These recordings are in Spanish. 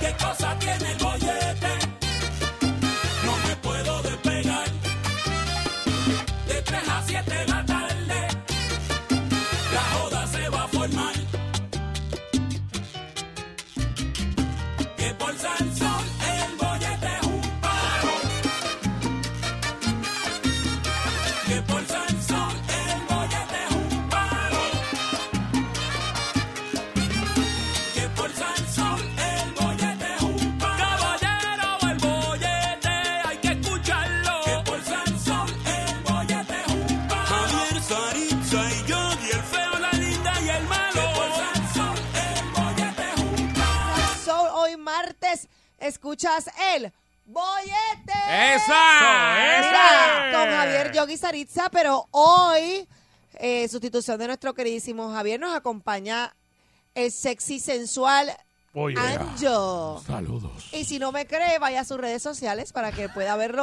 ¿Qué cosa tiene el bollete? No me puedo despegar. De 3 a 7 de la tarde, la joda se va a formar. Que por San Sol el bollete es un paro. Que por San Sol el bollete es un paro. Que por San Sol el bollete es un palo. Caballero, el bollete hay que escucharlo. Que por San Sol el bollete es un palo. Javier, Saritza y yo, y el feo, la linda y el malo. Que por San Sol el bollete es un palo. Soul, hoy martes escuchas el bollete. ¡Esa! Mira, ¡Esa! con Javier Yogi Saritza, pero hoy, eh, sustitución de nuestro queridísimo Javier, nos acompaña el sexy sensual Oye, Anjo. saludos. Y si no me cree, vaya a sus redes sociales para que pueda verlo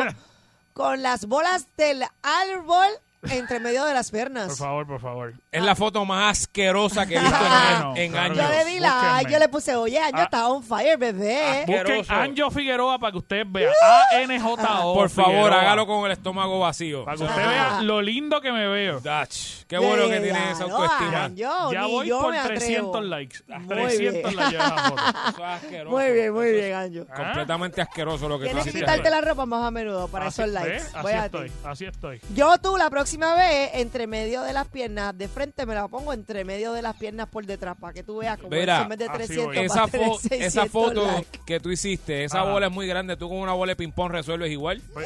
con las bolas del árbol entre medio de las Por piernas. favor, por favor. Es la foto más asquerosa que he visto Ah, en, en claro. años. Yo le di la, Búsquenme. yo le puse, oye, Anjo Ah. está on fire, bebé. Busquen Asqueroso. Anjo Figueroa para que usted vea. Ah, eh, A-N-J-O. Por favor, Figueroa. hágalo con el estómago vacío. Para que usted Ah. vea lo lindo que me veo. Dach, qué bueno que tiene esa Claro, autoestima. Anjo, ya ni voy yo por me atrevo. 300 likes. Muy 300 bien. likes ya la foto. ¿Ah? Eso es asqueroso. Muy bien, muy Eso es bien, Anjo. Completamente asqueroso lo que tú Tienes que hiciste. quitarte la ropa más a menudo para Así- esos likes. ¿ves? Voy Así a estoy, ti. así estoy. Yo tú la próxima vez, entre medio de las piernas, de frente me la pongo entre medio de las piernas por detrás, para que tú veas cómo Mira, ah, se mete así 300 Ah, voy. Esa, para tener fo- 600 esa foto likes. que tú hiciste, esa Ajá. bola es muy grande. Tú con una bola de ping-pong resuelves igual. Pe-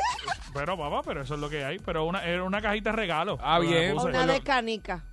Pero papá, pero eso es lo que hay. Pero una, era una cajita de regalo. Ah, Pero bien. le puse- Una de canica.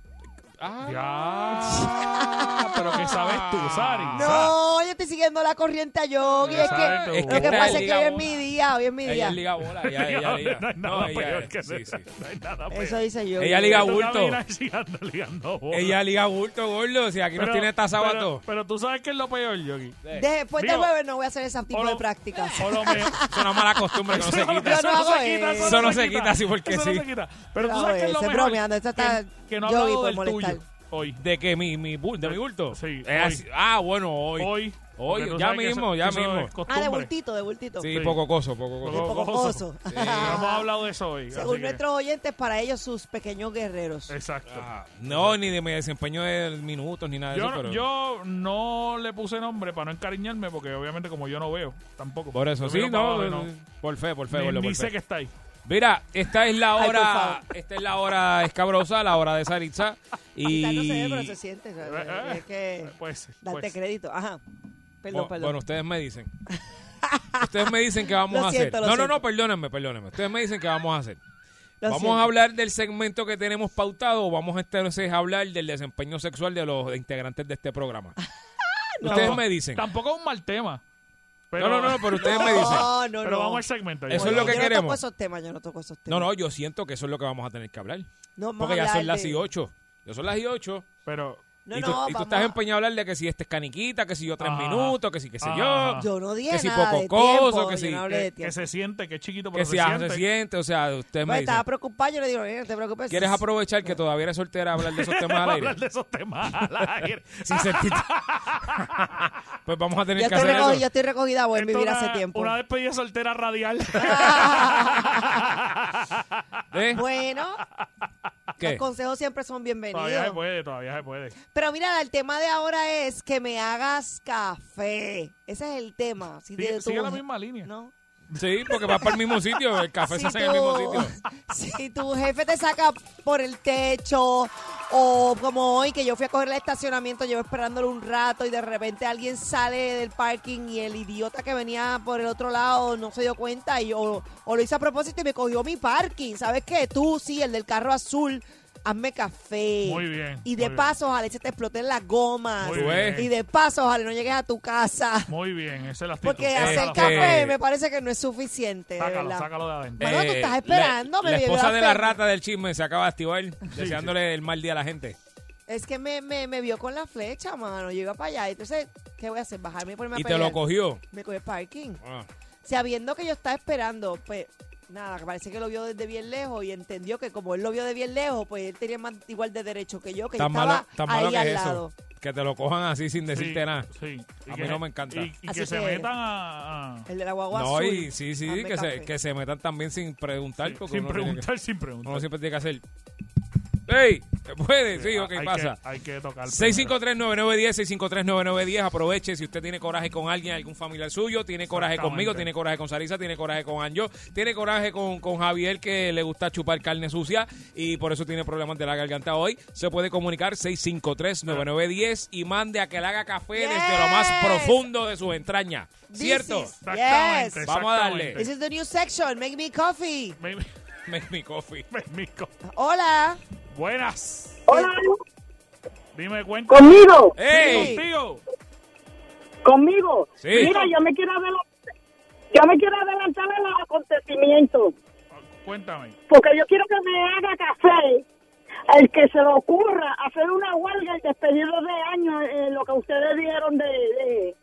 Ah. Ya, pero ¿qué sabes tú, Sari? No, yo estoy siguiendo la corriente a Yogi. Es Exacto. que, Es que lo que está pasa en es que liga hoy es bola. mi día, hoy es mi Ella día. es liga bola. Ella, ella, No, liga. no hay nada ella- peor que sí, eso. sí. No hay nada peor. Eso dice Yogi. Ella liga Tú bulto. caminas y andas ligando bola. Ella liga bulto, gordo. Si aquí nos tiene tasado a pero, todos. pero tú sabes que es lo peor, Yogi. Después del Eh, Digo, jueves no voy a hacer ese tipo o de lo- prácticas. O lo mejor. Es una mala costumbre que no se quita. Yo no hago eso. Eso no se quita así porque eso sí. No se quita. Pero tú No, sabes que es lo ese mejor. bromeando, esto está que, que no ha Yogi hablado por del molestar. tuyo hoy. ¿De que ¿Mi, mi bul- ¿De mi bulto? Sí, Es hoy. así. Ah, bueno, hoy. Hoy. Hoy, porque tú ya sabes que mismo, eso- ya eso mismo. es costumbre. Ah, de bultito, de bultito. Sí, Sí. poco coso, poco Poco coso. Poco gozo. gozo. No Eh, hemos hablado de eso hoy. así Según que- nuestros oyentes, para ellos sus pequeños guerreros. Exacto. Ah, no, ni de mi desempeño de minutos, ni nada de Yo, eso, pero... yo no le puse nombre para no encariñarme, porque obviamente como yo no veo, tampoco. por eso, Yo sí, miro para no, eh, abajo y Por fe, por fe, Ni, gordo, ni por sé fe. que está ahí. Mira, esta es la Ay, por hora, favor. esta es la hora escabrosa, la hora de Saritza. Y... Quizás no se ve, pero se siente. ¿sabes? Eh, eh, Es que... Puede ser, Darte puede ser. crédito. Ajá. Perdón, Bu- perdón. Bueno, ustedes me dicen. Ustedes me dicen que vamos Lo a hacer. siento, No, lo no, no, siento. perdónenme, perdónenme. Ustedes me dicen que vamos a hacer. Lo vamos siento. a hablar del segmento que tenemos pautado o vamos a entonces a hablar del desempeño sexual de los integrantes de este programa. ustedes Tampoco- me dicen. Tampoco es un mal tema. Pero, no, no, no, pero ustedes me dicen. No, no, pero no. vamos al segmento. Eso es Oye, lo que yo no toco queremos. esos temas, yo no toco esos No, temas. no, yo siento que eso es lo que vamos a tener que hablar. No, vamos Porque a ya hablar son las de- y 8. Ya son las y 8. Pero No, y, tú, no, y tú vamos estás a- empeñado a hablar de que si este es caniquita, que si yo tres Ajá. minutos, que si qué sé Ajá. yo, Yo no dije que si nada poco de coso, tiempo, que yo si- no hablé de que, tiempo. que se siente, que es chiquito, pero que se, si ah, siente. se siente. O sea, ustedes Pues me estaba dicen. preocupado, yo le digo, "Eh, no te preocupes. ¿Quieres sí, sí". aprovechar que todavía eres soltera a hablar de esos temas al Vamos a aire? hablar de esos temas al aire. Sin sentido. pues vamos a tener Yo que estoy, hacer recogida, yo eso. estoy recogida, voy a Esto vivir una- hace tiempo. Una despedida soltera radial. ¿Eh? Bueno, ¿Qué? los consejos siempre son todavía se bienvenidos. puede, todavía se puede. Pero mira, el tema de ahora es que me hagas café. Ese es el tema. Si Sigue, de tu- sigue la misma línea. ¿No? Sí, porque va para el mismo sitio. El café se hace en el mismo tu- sitio. si tu jefe te saca por el techo o como hoy que yo fui a coger el estacionamiento, llevo esperándolo un rato y de repente alguien sale del parking y el idiota que venía por el otro lado no se dio cuenta y o, o lo hice a propósito y me cogió mi parking. ¿Sabes qué? Tú sí, el del carro azul. Hazme café. Muy bien, Y de muy bien. paso, ojalá y se te exploten las gomas. Muy bien. Y de paso, ojalá y no llegues a tu casa. Muy bien, esa es la actitud. Porque Sácalo, hacer Este- café me parece que no es suficiente. de Sácalo, verdad. sácalo de adentro. Bueno, tú estás esperando, Eh, la, me la vio esposa la de la pena. rata del chisme se acaba de activar, deseándole el mal día a la gente. Es que me, me, me vio con la flecha, mano. Yo iba para allá. Entonces, ¿qué voy a hacer? Bajarme y ponerme a Y te pelear? lo cogió. Me cogí el parking. Ah, Sabiendo que yo estaba esperando, pues, Nada, que parece que lo vio desde bien lejos y entendió que como él lo vio de bien lejos, pues él tenía más, igual de derecho que yo, que yo Tan estaba malo, tan ahí malo que al es lado. eso. Que te lo cojan así sin Sí, decirte nada. Sí. A mí no me encanta. Y, y Así que se que- metan a. a- El de la guagua No, azul. y sí, sí, Hazme que se, café. que se metan también sin preguntar. sí, porque sin uno tiene que- preguntar, sin preguntar. uno siempre tiene que hacer. ¡Ey! ¿Se puede? Sí, Eh, ok, hay pasa. Que, hay que tocar. 653-9910, 653-9910. Aproveche si usted tiene coraje con alguien, algún familiar suyo, tiene coraje Exactamente. conmigo, tiene coraje con Sarisa, tiene coraje con Anjo, tiene coraje con, con Javier que le gusta chupar carne sucia y por eso tiene problemas de la garganta hoy. Se puede comunicar 653-9910 y mande a que le haga café desde lo más Yes. profundo de sus entrañas. This ¿Cierto? is- Exactamente, Yes. Vamos a darle. exactamente. This is the new section. Make me coffee. Me- me- Make me coffee. me- mi co- Hola. Buenas. Hola, Dime cuenta. conmigo, ¡Ey! Contigo. conmigo. Sí. Mira, yo me quiero adelantar, yo me quiero adelantar a los acontecimientos, Cuéntame. porque yo quiero que me haga café el que se le ocurra hacer una huelga y despedirlo de año, eh, lo que ustedes dijeron de, de-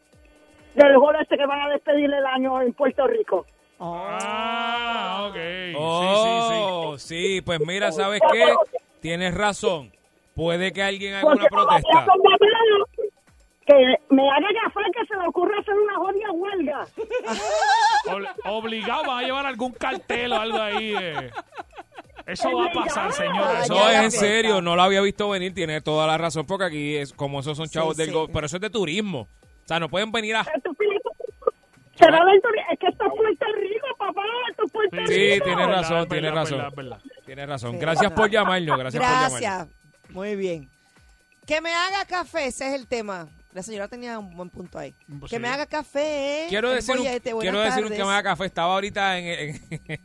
del gol este que van a despedir el año en Puerto Rico. Ah, ok. Sí, Oh, sí, pues mira, ¿sabes qué? Tienes razón. Puede que alguien haga Porque una todavía protesta. son de plano, que me haga café el que se le ocurra hacer una jodida huelga. sí, sí. Obli- Obligado van a llevar algún cartel o algo ahí. eh. Eso va a pasar, señora. Eso No, va a es en pasar. serio, no lo había visto venir, tiene toda la razón, porque aquí es como esos son chavos Sí, del sí. go- pero eso es de turismo. O sea, no pueden venir a... Esto Será del turismo. Es que esto es Puerto Rico, papá. Esto es Puerto Sí, Rico. tienes Verdad, razón, verdad, tienes verdad, razón. verdad. Tienes razón. Sí, Gracias no. por llamarnos, gracias, por llamarnos. Gracias. Muy bien. Que me haga café, ese es el tema. La señora tenía un buen punto ahí. Pues que sí. me haga café. Quiero el decir, un, bollete, buenas quiero decir un tardes. que me haga café. Estaba ahorita en, en-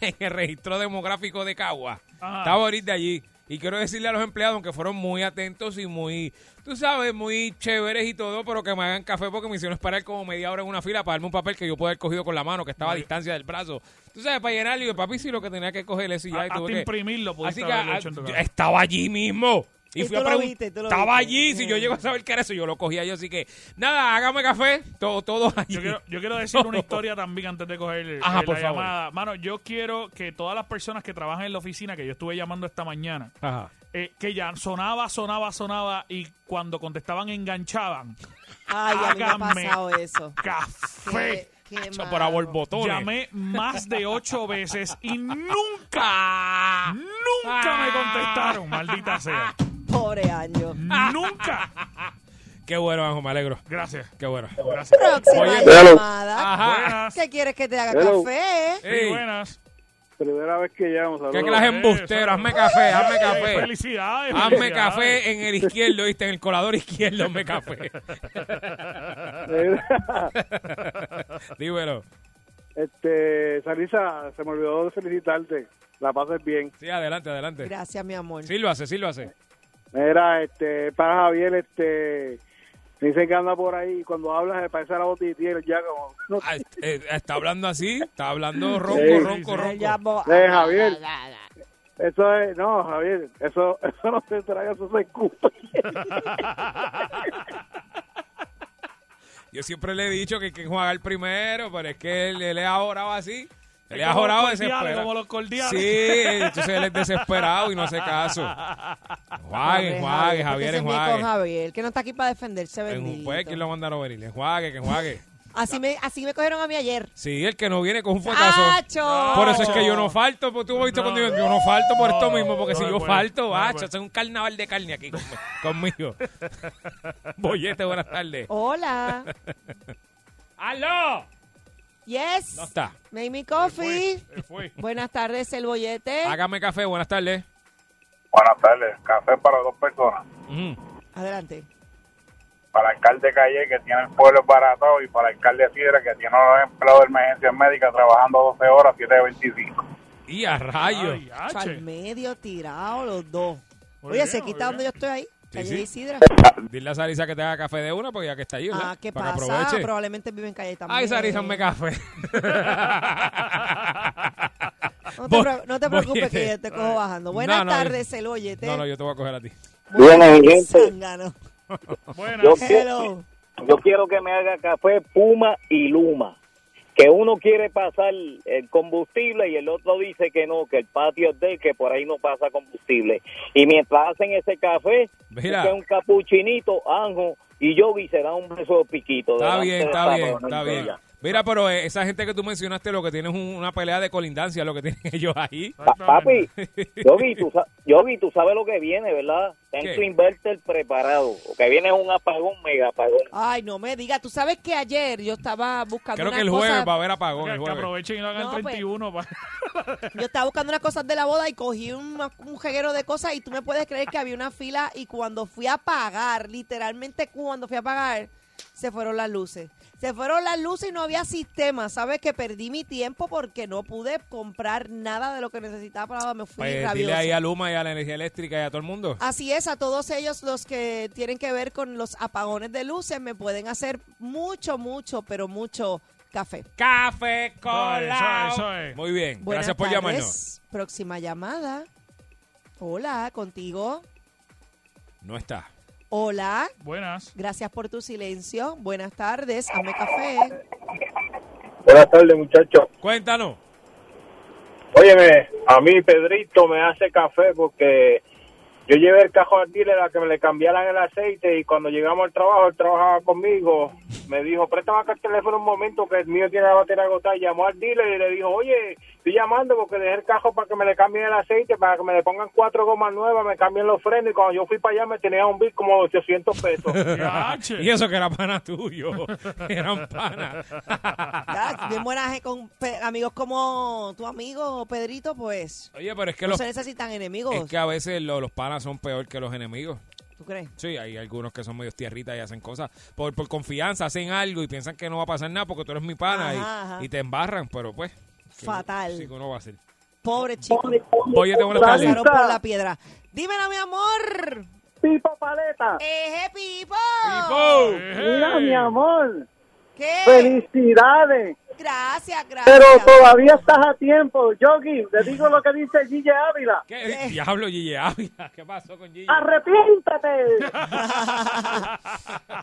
en el registro demográfico de Cagua. Ajá. Estaba ahorita allí. Y quiero decirle a los empleados que fueron muy atentos y muy, tú sabes, muy chéveres y todo, pero que me hagan café porque me hicieron esperar como media hora en una fila para darme un papel que yo pude haber cogido con la mano, que estaba a distancia del brazo. Tú sabes, para llenarlo. Y yo, papi, sí, lo que tenía que coger es y ya. A- y hasta tuve que- imprimirlo pudiste Así que haberlo ah, hecho en tu yo casa. estaba allí mismo. Y, Y tú fui a lo preguntar. viste, tú lo Estaba viste. Eh. allí. Si yo Sí. llego a saber qué era eso, yo lo cogía yo. Así que, nada, hágame café. Todo, todo allí. Yo quiero, yo quiero decir una historia también antes de coger Ajá, eh, por la favor. llamada. Mano, yo quiero que todas las personas que trabajan en la oficina, que yo estuve llamando esta mañana, Ajá. eh, que ya sonaba, sonaba, sonaba y cuando contestaban enganchaban. Ay, a mí me ha Hágame pasado eso. ¡Café! Qué- qué Por malo. aborbotones. Llamé más de ocho veces y nunca, nunca me contestaron, maldita sea. Pobre año. Nunca. Qué bueno, Anjo, me alegro. Gracias. Qué bueno. Gracias. Próxima Oye, llamada. Ajá. Buenas. ¿Qué quieres que te haga Hello. café? eh? Sí, Ey, buenas. Primera vez que llamo, ¿Qué saludos. clase de Eso. embustero? Hazme café, hazme Eh, café. Felicidades. Hazme felicidades. café en el izquierdo, ¿viste? En el colador izquierdo, hazme café. Mira, Dímelo. este, Sarisa, se me olvidó de felicitarte. La pases bien. Sí, adelante, adelante. Gracias, mi amor. Sílvase, sílvase. Mira, este, para Javier, este, dicen que anda por ahí. Cuando hablas, me parece la botitiera ya como. No, Ah, est- eh, Está hablando así, está hablando ronco, Sí, sí, ronco, Me ronco. llamo- eh, Javier. Eso es, no, Javier, eso, eso no se traga, eso se escupe. Yo siempre le he dicho que hay que enjuagar primero, pero es que él, él es ahorado así. Él Es es como ahorado los cordiales, desesperado. como los cordiales. Sí, entonces él es desesperado y no hace caso. Enjuague, Pobre enjuague, Javier, métese en mí con enjuague. Javier, que no está aquí para defenderse, En- bendito. Pues, ¿quién lo mandaron a venir? Enjuague, que enjuague. Así me, así me cogieron a mí ayer. Sí, el que no viene con un fuetazo. ¡Acho! Por eso es que yo no falto, porque tú me viste No. cuando yo, yo no falto por esto No, mismo, porque no si se yo puede, no falto, se bacho, puede. es un carnaval de carne aquí con- conmigo. Bollete, buenas tardes. Hola. ¡Aló! Yes. No está. Make me Fue, coffee. fue. Buenas tardes, el bollete. Hágame café, buenas tardes. Buenas tardes. Café para dos personas. Mm. Adelante. Para el alcalde Calle, que tiene el pueblo embaratado, y para el alcalde Sidra, que tiene a los empleados de emergencia médica trabajando 12 horas, 7 de 25. Y a rayos. Ay, ache. Ocho Al medio tirado los dos. Muy Oye, bien, se muy quita donde yo bien. estoy ahí. Sí, calle sí. de Isidra. Dile a Sarisa que te haga café de una, porque ya que está allí, ¿verdad? Ah, ¿qué Para que pasa? aproveche. Probablemente vive en calle también. Ay, Sarisa, hazme café. No te, Bo- pre- no te preocupes bollete. que yo te cojo bajando. No, Buenas no, tardes, el bollete. No, no, yo te voy a coger a ti. Buenas, gente. Zángano. Buenas. Yo, Hello. yo quiero que me haga café Puma y Luma. que uno quiere pasar el combustible y el otro dice que no, que el patio es de él, que por ahí no pasa combustible. Y mientras hacen ese café, Mira. busca un capuchinito, anjo y Yogi se da un beso de piquito. Está delante bien, de está esta bien, mano está bien. entera. Mira, pero eh, esa gente que tú mencionaste, lo que tiene es un- una pelea de colindancia, lo que tienen ellos ahí. Pa- Papi, Yogi tú, sa- Yogi, tú sabes lo que viene, ¿verdad? Ten ¿Qué? tu inverter preparado. Lo que viene es un apagón, mega apagón. Ay, no me digas. Tú sabes que ayer yo estaba buscando Creo que unas el jueves cosas- va a haber apagón. Que, El que jueves. aprovechen y lo hagan No, el pues. 31. pa- Yo estaba buscando unas cosas de la boda y cogí un, un jeguero de cosas y tú me puedes creer que había una fila y cuando fui a pagar, literalmente cuando fui a pagar, se fueron las luces. Se fueron las luces y no había sistema. Sabes que perdí mi tiempo porque no pude comprar nada de lo que necesitaba para la boda. me fui Pues dile rabiosa. ahí a Luma y a la energía eléctrica y a todo el mundo. Así es, a todos ellos los que tienen que ver con los apagones de luces me pueden hacer mucho, mucho, pero mucho café. Café colado. Eso es, eso es. Muy bien, Buenas gracias por tardes. llamarnos. Próxima llamada. Hola, contigo. No está. Hola, Buenas. gracias por tu silencio. Buenas tardes, hazme café. Buenas tardes, muchachos. Cuéntanos. Óyeme, a mí Pedrito me hace café porque yo llevé el cajón al dealer a que me le cambiaran el aceite y cuando llegamos al trabajo, él trabajaba conmigo, me dijo, préstame acá el teléfono un momento que el mío tiene la batería agotada. Y Llamó al dealer y le dijo, oye, estoy llamando porque dejé el cajón para que me le cambien el aceite, para que me le pongan cuatro gomas nuevas, me cambien los frenos y cuando yo fui para allá me tenía un bill como 800 pesos. Yache. Y eso que era pana tuyo. Eran pana. Ya, Bien buenas eh, con pe- amigos como tu amigo Pedrito, pues Oye, pero es que no los se necesitan enemigos. es que a veces lo- los panas son peor que los enemigos. ¿Tú crees? Sí, hay algunos que son medios tierritas y hacen cosas por, por confianza, hacen algo y piensan que no va a pasar nada porque tú eres mi pana y- Ajá, ajá. y, te embarran, pero pues. que- Fatal. Sí, que uno va a hacer. Pobre chico. Oye, tengo una tarde. Pasaron por la piedra. Dímelo, mi amor. Pipo Paleta. Eje, Pipo. Mira, mi amor, ¿Qué? felicidades. Gracias, gracias. Pero todavía estás a tiempo, Yogi. Te digo lo que dice Gille Ávila. ¿Qué diablo, Gigi Ávila? ¿Qué pasó con Gigi? ¡Arrepiéntate!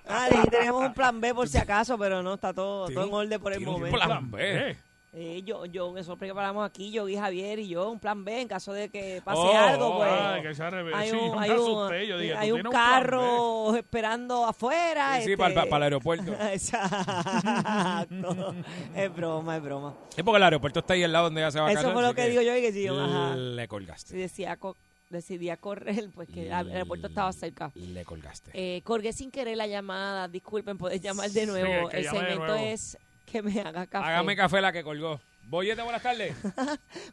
Vale, y tenemos un plan B por si acaso, pero no, está todo, todo en orden por el Tiene un momento. plan B. Eh, Eh, yo, yo, eso preparamos aquí, yo y Javier y yo, un plan B en caso de que pase Oh, algo, pues. ay, que se arrebe- hay sí, un, yo me hay un- asusté, yo dije, hay tú un tienes un plan carro esperando afuera. Sí, sí, este- para, el- para el aeropuerto. Exacto. es broma, es broma. Es porque el aeropuerto está ahí al lado donde ya se va a Eso casar, fue lo así que digo yo y que sí, yo, ajá. Le colgaste. Si decía co- decidía correr, pues que el aeropuerto estaba cerca. Le colgaste. Eh, colgué sin querer la llamada, disculpen, podés llamar de nuevo. que el llame de segmento nuevo. es que me haga café. Hágame café la que colgó. Boyete, buenas tardes.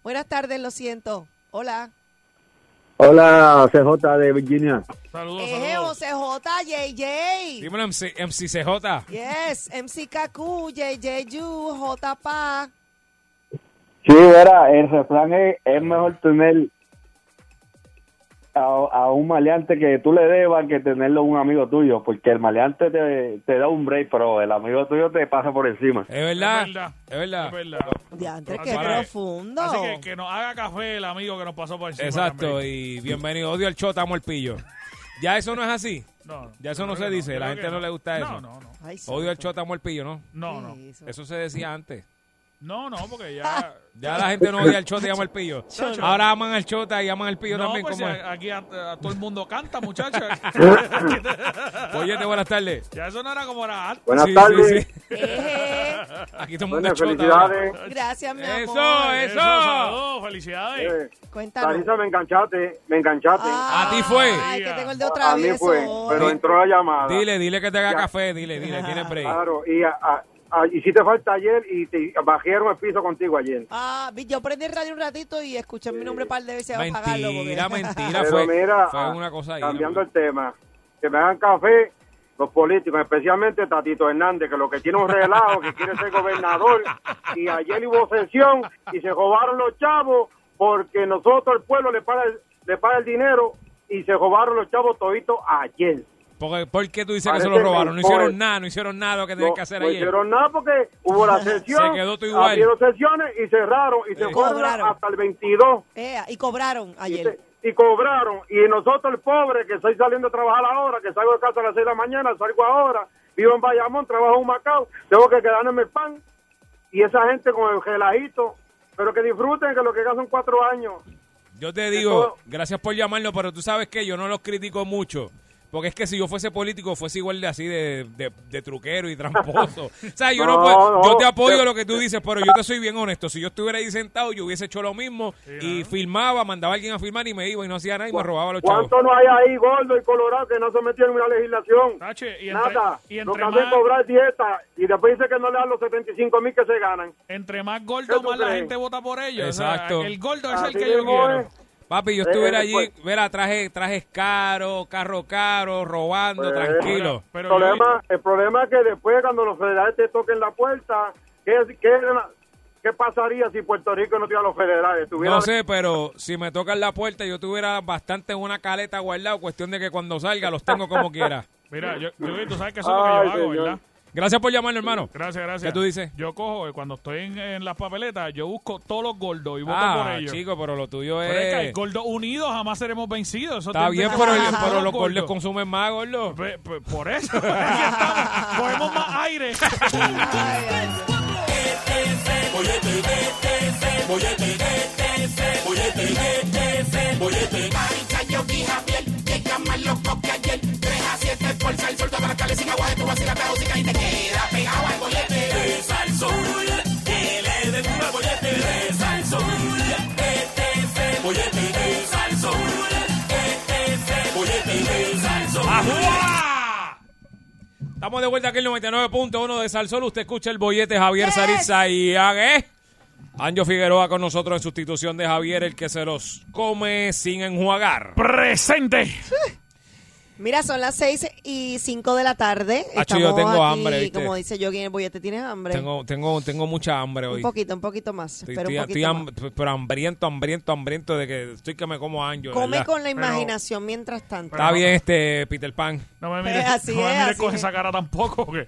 Buenas tardes, lo siento. Hola. Hola, CJ de Virginia. Saludos, Eje, saludos. OCJ, JJ. Dímelo, MC, MCCJ. Yes, MCKQ, JJU, JPA. Sí, era, el refrán es, es mejor tener a, a un maleante que tú le debas que tenerlo a un amigo tuyo, porque el maleante te, te da un break, pero el amigo tuyo te pasa por encima. Eh, Es verdad. Es verdad. Es verdad. Es verdad. Diantre, Así qué que- profundo. Así que que nos haga café el amigo que nos pasó por encima. Exacto. también. Y bienvenido. Odio al chota, amo el pillo. Ya eso no es así. No, Ya eso yo no creo se que dice, yo la creo gente que no le gusta eso. No, no, no. Ay, Odio al santo. chota, amo el pillo, ¿no? No, no. Eso. Eso se decía antes. No, no, porque Ah. ya. Ya la gente no odia al chota y ama al pillo. Ahora aman al chota y aman al pillo no, también. pues ¿cómo ya- es? aquí a, a todo el mundo canta, muchachos. Boyete, buenas tardes. ya eso no era como era antes. Buenas Sí, tardes. sí, sí. Eje, Aquí todo el mundo Buenas es chota. ahora. felicidades. Gracias, mi Eso, amor. eh. saludos, felicidades. Eh, Cuéntanos. Clarisa, me enganchaste, me enganchaste. Ah. A ti fue. Ay, que tengo el de otra a mí vez. fue, pero entró la Ah. llamada. Dile, dile que te haga café. Dile, dile, tiene break. Claro, y a- a- a- hiciste falta ayer y te bajaron el piso contigo ayer. Ah, vi- yo prendí el radio un ratito y escuché mi nombre un par de veces a apagarlo. porque- Mentira, mentira. Pero Fue, mira, fue una cosa ahí. cambiando el tema, que me hagan café los políticos, especialmente Tatito Hernández, que lo que tiene un relajo, que quiere ser gobernador, y ayer hubo sesión y se robaron los chavos porque nosotros, el pueblo, le paga el, le paga el dinero y se robaron los chavos toditos ayer. Porque, ¿Por qué tú dices que Parece se lo robaron? No mejor. hicieron nada, no hicieron nada lo que tenían no, que hacer no ayer. hicieron nada porque hubo la sesión, Se quedó todo igual. abrieron sesiones y cerraron y se Sí. fueron Cobraron. hasta el 22 Eh, y cobraron y, ayer. se- y cobraron. Y nosotros, el pobre, que estoy saliendo a trabajar ahora, que salgo de casa a las 6 de la mañana, salgo ahora, vivo en Bayamón, trabajo en Macao, tengo que quedarme en el pan. y esa gente con el gelajito, pero que disfruten que lo que hagan son cuatro años. Yo te digo, gracias por llamarnos, pero tú sabes que yo no los critico mucho. Porque es que si yo fuese político, fuese igual de así, de, de- de truquero y tramposo. O sea, yo no, No, puedo- yo no. te apoyo lo que tú dices, pero yo te soy bien honesto. Si yo estuviera ahí sentado, yo hubiese hecho lo mismo y filmaba, mandaba a alguien a filmar y me iba y no hacía nada y me robaba los chavos. ¿Cuánto no hay ahí, gordo y colorado, que no se metieron en la legislación? y entre- Nada. y lo que entre hacen más- es cobrar dieta y después dice que no le dan los 75 mil que se ganan. Entre más gordo, más la gente vota por ellos. O sea, eh. Exacto. el gordo es el Así que yo mismo quiero. es. Papi, yo Eh, estuviera eh, allí, pues. verá, traje, trajes caros, carro caro, robando, Pues, tranquilo. el, problema, el problema es que después, cuando los federales te toquen la puerta, ¿qué, qué, qué pasaría si Puerto Rico no tuviera los federales? Tuviera- No sé, pero si me tocan la puerta, yo tuviera bastante en una caleta guardado. Cuestión de que cuando salga los tengo como quiera. Mira, yo, yo- tú sabes que eso es lo que yo Ay, hago, señor. ¿verdad? Gracias por llamarnos, hermano. Gracias, gracias. ¿Qué tú dices? Yo cojo, eh, cuando estoy en, en las papeletas, yo busco todos los gordos y voto por Ah, ellos. chico, pero lo tuyo Pero es que hay es... gordos unidos, jamás seremos vencidos. Eso Está tiene bien, que pero, ser pero todos los gordos consumen más, gordo. Por eso. Cogemos más aire. Estamos de vuelta aquí en 99.1 de Salsol. Usted escucha el bollete Javier Saritza y Ague. Anjo Figueroa con nosotros en sustitución de Javier, el que se los come sin enjuagar. Presente. Mira, son las 6 y 5 de la tarde. Acho, yo tengo aquí, hambre, ¿viste? Como dice Yogi en el bollete, ¿tienes hambre? Tengo, tengo, tengo mucha hambre hoy. un poquito, un poquito más. Estoy- pero un estoy- poquito estoy más. ham- pero hambriento, hambriento, hambriento de que estoy que me como Anjo. Come ¿verdad? con la Pero- imaginación mientras tanto. Está bien este Peter Pan. No me mires, Eh, así no me es, mires así con es. esa cara tampoco. Que...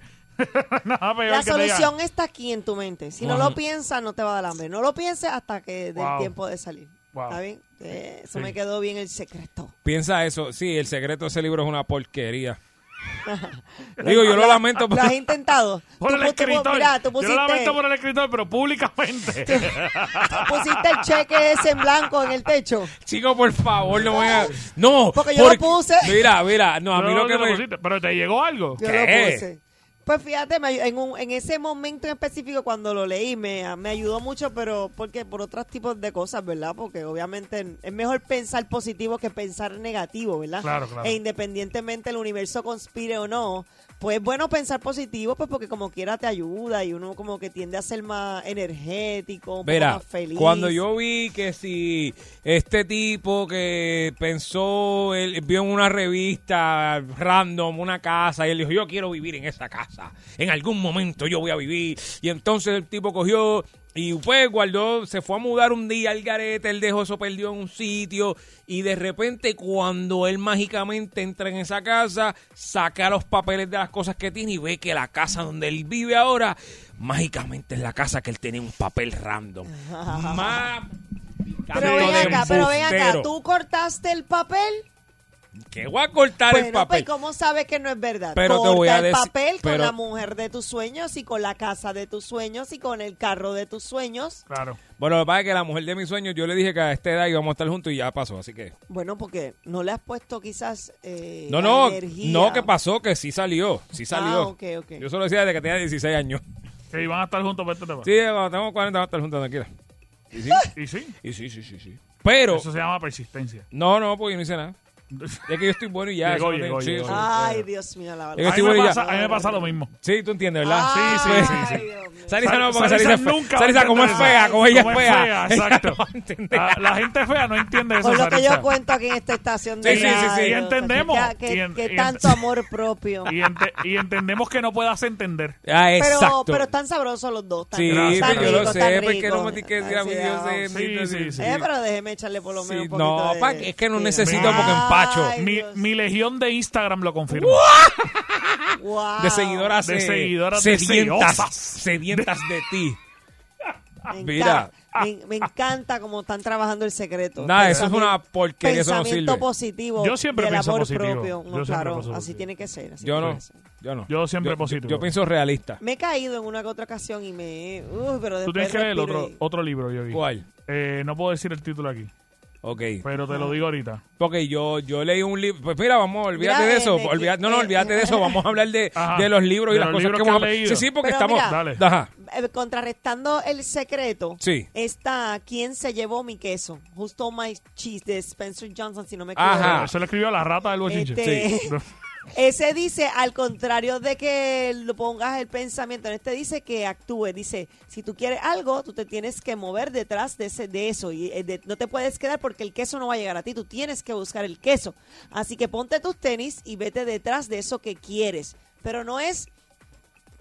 Nada peor La que te digan, solución está aquí en tu mente. Si no Ajá. lo piensas, no te va a dar hambre. No lo pienses hasta que del Wow. tiempo de salir. Wow. ¿Está bien? Eh, eso Sí. me quedó bien el secreto. Piensa eso. Sí, el secreto de ese libro es una porquería. Digo, yo lo ¿Lo lamento. pero- has intentado? Por Tú el pu- tú pu- escritor. mira, tú Yo lo pusiste, lamento por el escritor, pero públicamente. pusiste el cheque ese en blanco en el techo. Chico, por favor, no me hagas- No. Porque yo lo puse. Mira, mira. No, a mí No, lo que no lo me... pusiste, pero te llegó algo. Yo lo puse. Pues fíjate, me ayu- en, un- en ese momento en específico cuando lo leí me, me ayudó mucho, pero porque por otros tipos de cosas, ¿verdad? Porque obviamente es mejor pensar positivo que pensar negativo, ¿verdad? Claro, claro. E independientemente el universo conspire o no, pues es bueno pensar positivo, pues porque como quiera te ayuda y uno como que tiende a ser más energético, un poco Verá, más feliz. cuando yo vi que si este tipo que pensó, él vio en una revista random una casa y él dijo, yo quiero vivir en esa casa, en algún momento yo voy a vivir. Y entonces el tipo cogió y pues guardó, se fue a mudar un día al garete, él dejó eso perdió en un sitio y de repente cuando él mágicamente entra en esa casa, saca los papeles de las cosas que tiene y ve que la casa donde él vive ahora mágicamente es la casa que él tenía un papel random. Más pero ven Ah, de acá, pero ven acá, embustero. tú cortaste el papel Que voy a cortar el Bueno, papel. pues, ¿cómo sabes que no es verdad? Pero te voy a Corta el decir- papel con pero- la mujer de tus sueños y con la casa de tus sueños y con el carro de tus sueños. Claro. Bueno, lo que pasa es que la mujer de mis sueños, yo le dije que a esta edad íbamos a estar juntos y ya pasó, así que... Bueno, porque no le has puesto quizás eh, No, no, la energía. no, que pasó, que sí salió, sí salió. Ah, ok, ok. Yo solo decía desde que tenía 16 años. Que iban a estar juntos para este tema. Sí, cuando tengo 40 vamos a estar juntos, tranquila. ¿Y sí? ¿Y sí? Y sí, sí, sí, sí. Pero... Eso se llama persistencia. No, no, porque yo no hice nada. Es que yo estoy bueno y ya. Llegó, eso no llegó, tengo- sí, llegó. sí. Ay, Dios mío, la Es verdad. que estoy me bueno y ya. pasa- a mí me pasa lo mismo. Sí, tú entiendes, ¿verdad? Ah. Sí, sí, sí, sí. Sarisa no, Sarisa porque Sarisa es fe- nunca va a Sarisa, como entender es fea, eso. como ella es fea, ella Exacto. no va a entender. la, la gente fea no entiende eso, Con lo que Sarisa. yo cuento aquí en esta estación Sí, de sí, sí, sí. radio, Y entendemos. que- Que, Y en- que y ent- tanto amor propio. Y, ente- y entendemos que no puedas entender. Ah, pues Pero, pero están sabrosos los dos. tan Sí, ricos, pero tan yo lo ricos, sé, tan porque ricos. pues, no me tiquetes, Ay, a mí sí, yo sé, sí, sí, sí, sí. Eh, pero déjeme echarle por lo menos un poquito No, de- pa, que- es que no Sí. necesito porque empacho. Mi, mi legión de Instagram lo confirma. Wow. de seguidoras, De eh, seguidoras sedientas, deseosas. sedientas de ti. Me Mira, encanta. Me, me encanta cómo están trabajando el secreto. Nah, eso es una Pensamiento- porquería, eso no Pensamiento sirve. positivo. Yo siempre del pienso amor positivo. propio. Yo No, siempre claro, pienso así tiene que ser. así Yo tiene no. que ser. Yo no. Yo siempre yo, positivo. Yo, pienso realista. Me he caído en una que otra ocasión y me. Uy, pero después Tú tienes que leer respiro otro, y- otro libro, Yogi. ¿Cuál? Eh, no puedo decir el título aquí, Ok. pero te lo Ah. digo ahorita. Ok, yo, yo leí un libro. Pues mira, vamos, olvídate Mira, de eh, eso. de que- olvídate- no, no, eh, olvídate de eso. Vamos a hablar de, Ajá. de los libros y De las los cosas libros que que hemos has hablado. leído. Sí, sí, porque Pero estamos. mira. Dale. Ajá. eh, contrarrestando el secreto, Sí. está ¿Quién se llevó mi queso? Justo My Cheese de Spencer Johnson, si no me equivoco. Ajá. Eso lo escribió la rata del bochinche. Este- Sí. Ese dice, al contrario de que lo pongas el pensamiento, en este dice que actúe. Dice, si tú quieres algo, tú te tienes que mover detrás de, ese, de eso. y eh, de- No te puedes quedar porque el queso no va a llegar a ti. Tú tienes que buscar el queso. Así que ponte tus tenis y vete detrás de eso que quieres. Pero no es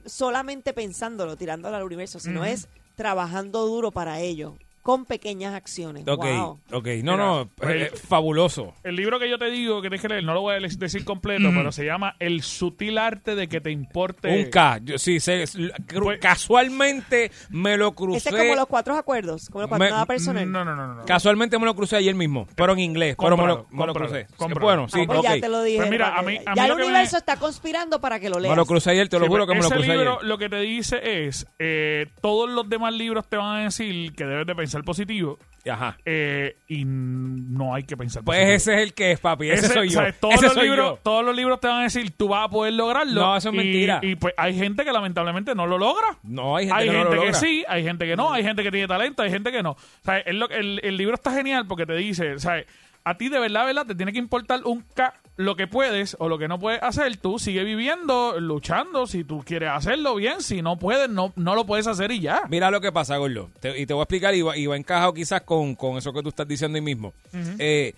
solamente pensándolo, tirándolo al universo, sino es trabajando duro para ello, con pequeñas acciones. Ok, Wow. ok. No, no, Mira, eh, el- fabuloso. El libro que yo te digo que tienes que leer, no lo voy a les- decir completo, pero se llama El sutil arte de que te importe. Mm. Un K. Yo, sí, se- cru- Pues- casualmente me lo crucé. Este es como los cuatro acuerdos, como los cuatro, Me- nada No, personal. no, no, no. no. Casualmente me lo crucé ayer mismo, pero en inglés. pero Cómpralo, me lo, me cómpralo, lo crucé. Sí, cómpralo. Bueno, sí, Ah, pues ya ok. te lo dije. Pues mira, a para que- mí- a ya mí el lo que me- universo está conspirando para que lo leas. Me lo crucé ayer, te lo Sí, juro que pero me ese lo crucé libro ayer. lo que te dice es, eh, todos los demás libros te van a decir que debes de pensar positivo Ajá. eh, y no hay que pensar Pues positivo. ese es el que es, papi. Ese, Ese- soy o yo. sea, todos, ese los soy libros, yo. todos los libros te van a decir, tú vas a poder lograrlo. No, eso es Y- mentira. Y pues hay gente que lamentablemente no lo logra. No, hay gente hay que no gente lo que logra. sí, hay gente que no, hay gente que tiene talento, hay gente que no. O sea, es lo que- el, el libro está genial porque te dice, o sea, a ti de verdad, verdad, te tiene que importar un ca lo que puedes o lo que no puedes hacer. Tú sigue viviendo, luchando, si tú quieres hacerlo bien, si no puedes, no, no lo puedes hacer y ya. Mira lo que pasa, Gordo. Te- y te voy a explicar, y va, y va encajado quizás con, con eso que tú estás diciendo ahí mismo. Eh,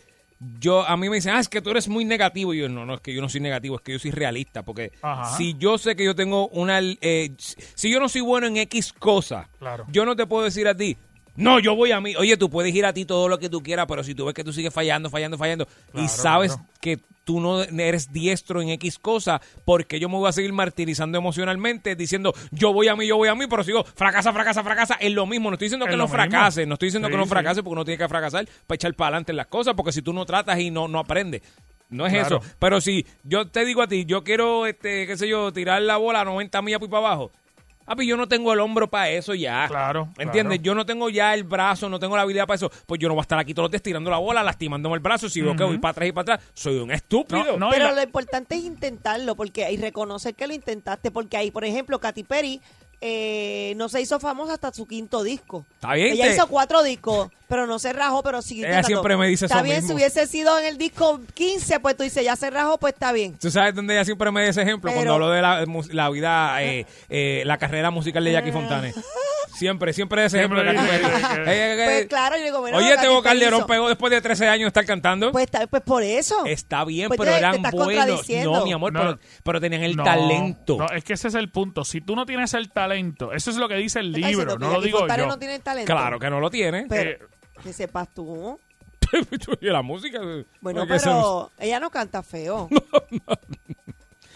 yo A mí me dicen, ah, es que tú eres muy negativo. Y yo, no, no, es que yo no soy negativo, es que yo soy realista. Porque Ajá. si yo sé que yo tengo una... eh, si yo no soy bueno en X cosa, Claro. yo no te puedo decir a ti... No, yo voy a mí. Oye, tú puedes ir a ti todo lo que tú quieras, pero si tú ves que tú sigues fallando, fallando, fallando, y Claro, sabes claro. que tú no eres diestro en X cosa, porque yo me voy a seguir martirizando emocionalmente diciendo yo voy a mí, yo voy a mí, pero sigo fracasa, fracasa, fracasa. Es lo mismo, no estoy diciendo Es que lo no mismo. fracase, no estoy diciendo que Sí, no sí. fracase porque uno tiene que fracasar para echar para adelante en las cosas, porque si tú no tratas y no, no aprendes. No es Claro. eso. Pero si yo te digo a ti, yo quiero, este, qué sé yo, tirar la bola a 90 millas por ahí para abajo. Papi, yo no tengo el hombro para eso ya. Claro, ¿Entiendes? claro. Yo no tengo ya el brazo, no tengo la habilidad para eso. Pues yo no voy a estar aquí todos los días tirando la bola, lastimándome el brazo. Si veo que voy para atrás y para atrás, soy un estúpido. No, no, y Pero la- lo importante es intentarlo porque y reconocer que lo intentaste. Porque ahí, por ejemplo, Katy Perry eh, no se hizo famosa hasta su quinto disco. Está bien, Ella te- hizo cuatro discos, pero no se rajó, pero siguió Ella intentando. siempre me dice Está eso bien, mismo. si hubiese sido en el disco 15, pues tú dices, ya se rajó, pues está bien. ¿Tú sabes dónde ella siempre me da ese ejemplo? Cuando Pero- hablo de la, mus- la vida, eh, eh, la carrera musical de Jackie Fontane. Siempre, siempre de ese Siempre ejemplo. de Katy dice Perry. que- Eh, eh, eh, Pues claro, yo digo, bueno, Oye, Katy Teo Perry Calderón hizo- pegó después de 13 años de estar cantando. Pues, está- pues por eso. Está bien, Pues pero te- te eran estás buenos. contradiciendo. No, mi amor, No. pero, pero tenían el No, talento. No, es que ese es el punto. Si tú no tienes el talento, eso es lo que dice el Está diciendo libro, que no lo Jackie digo Fontane yo. no tiene talento. Claro que no lo tiene. Pero, Eh, que sepas tú. y la música. eh, Bueno, porque eso- pero ella no canta feo.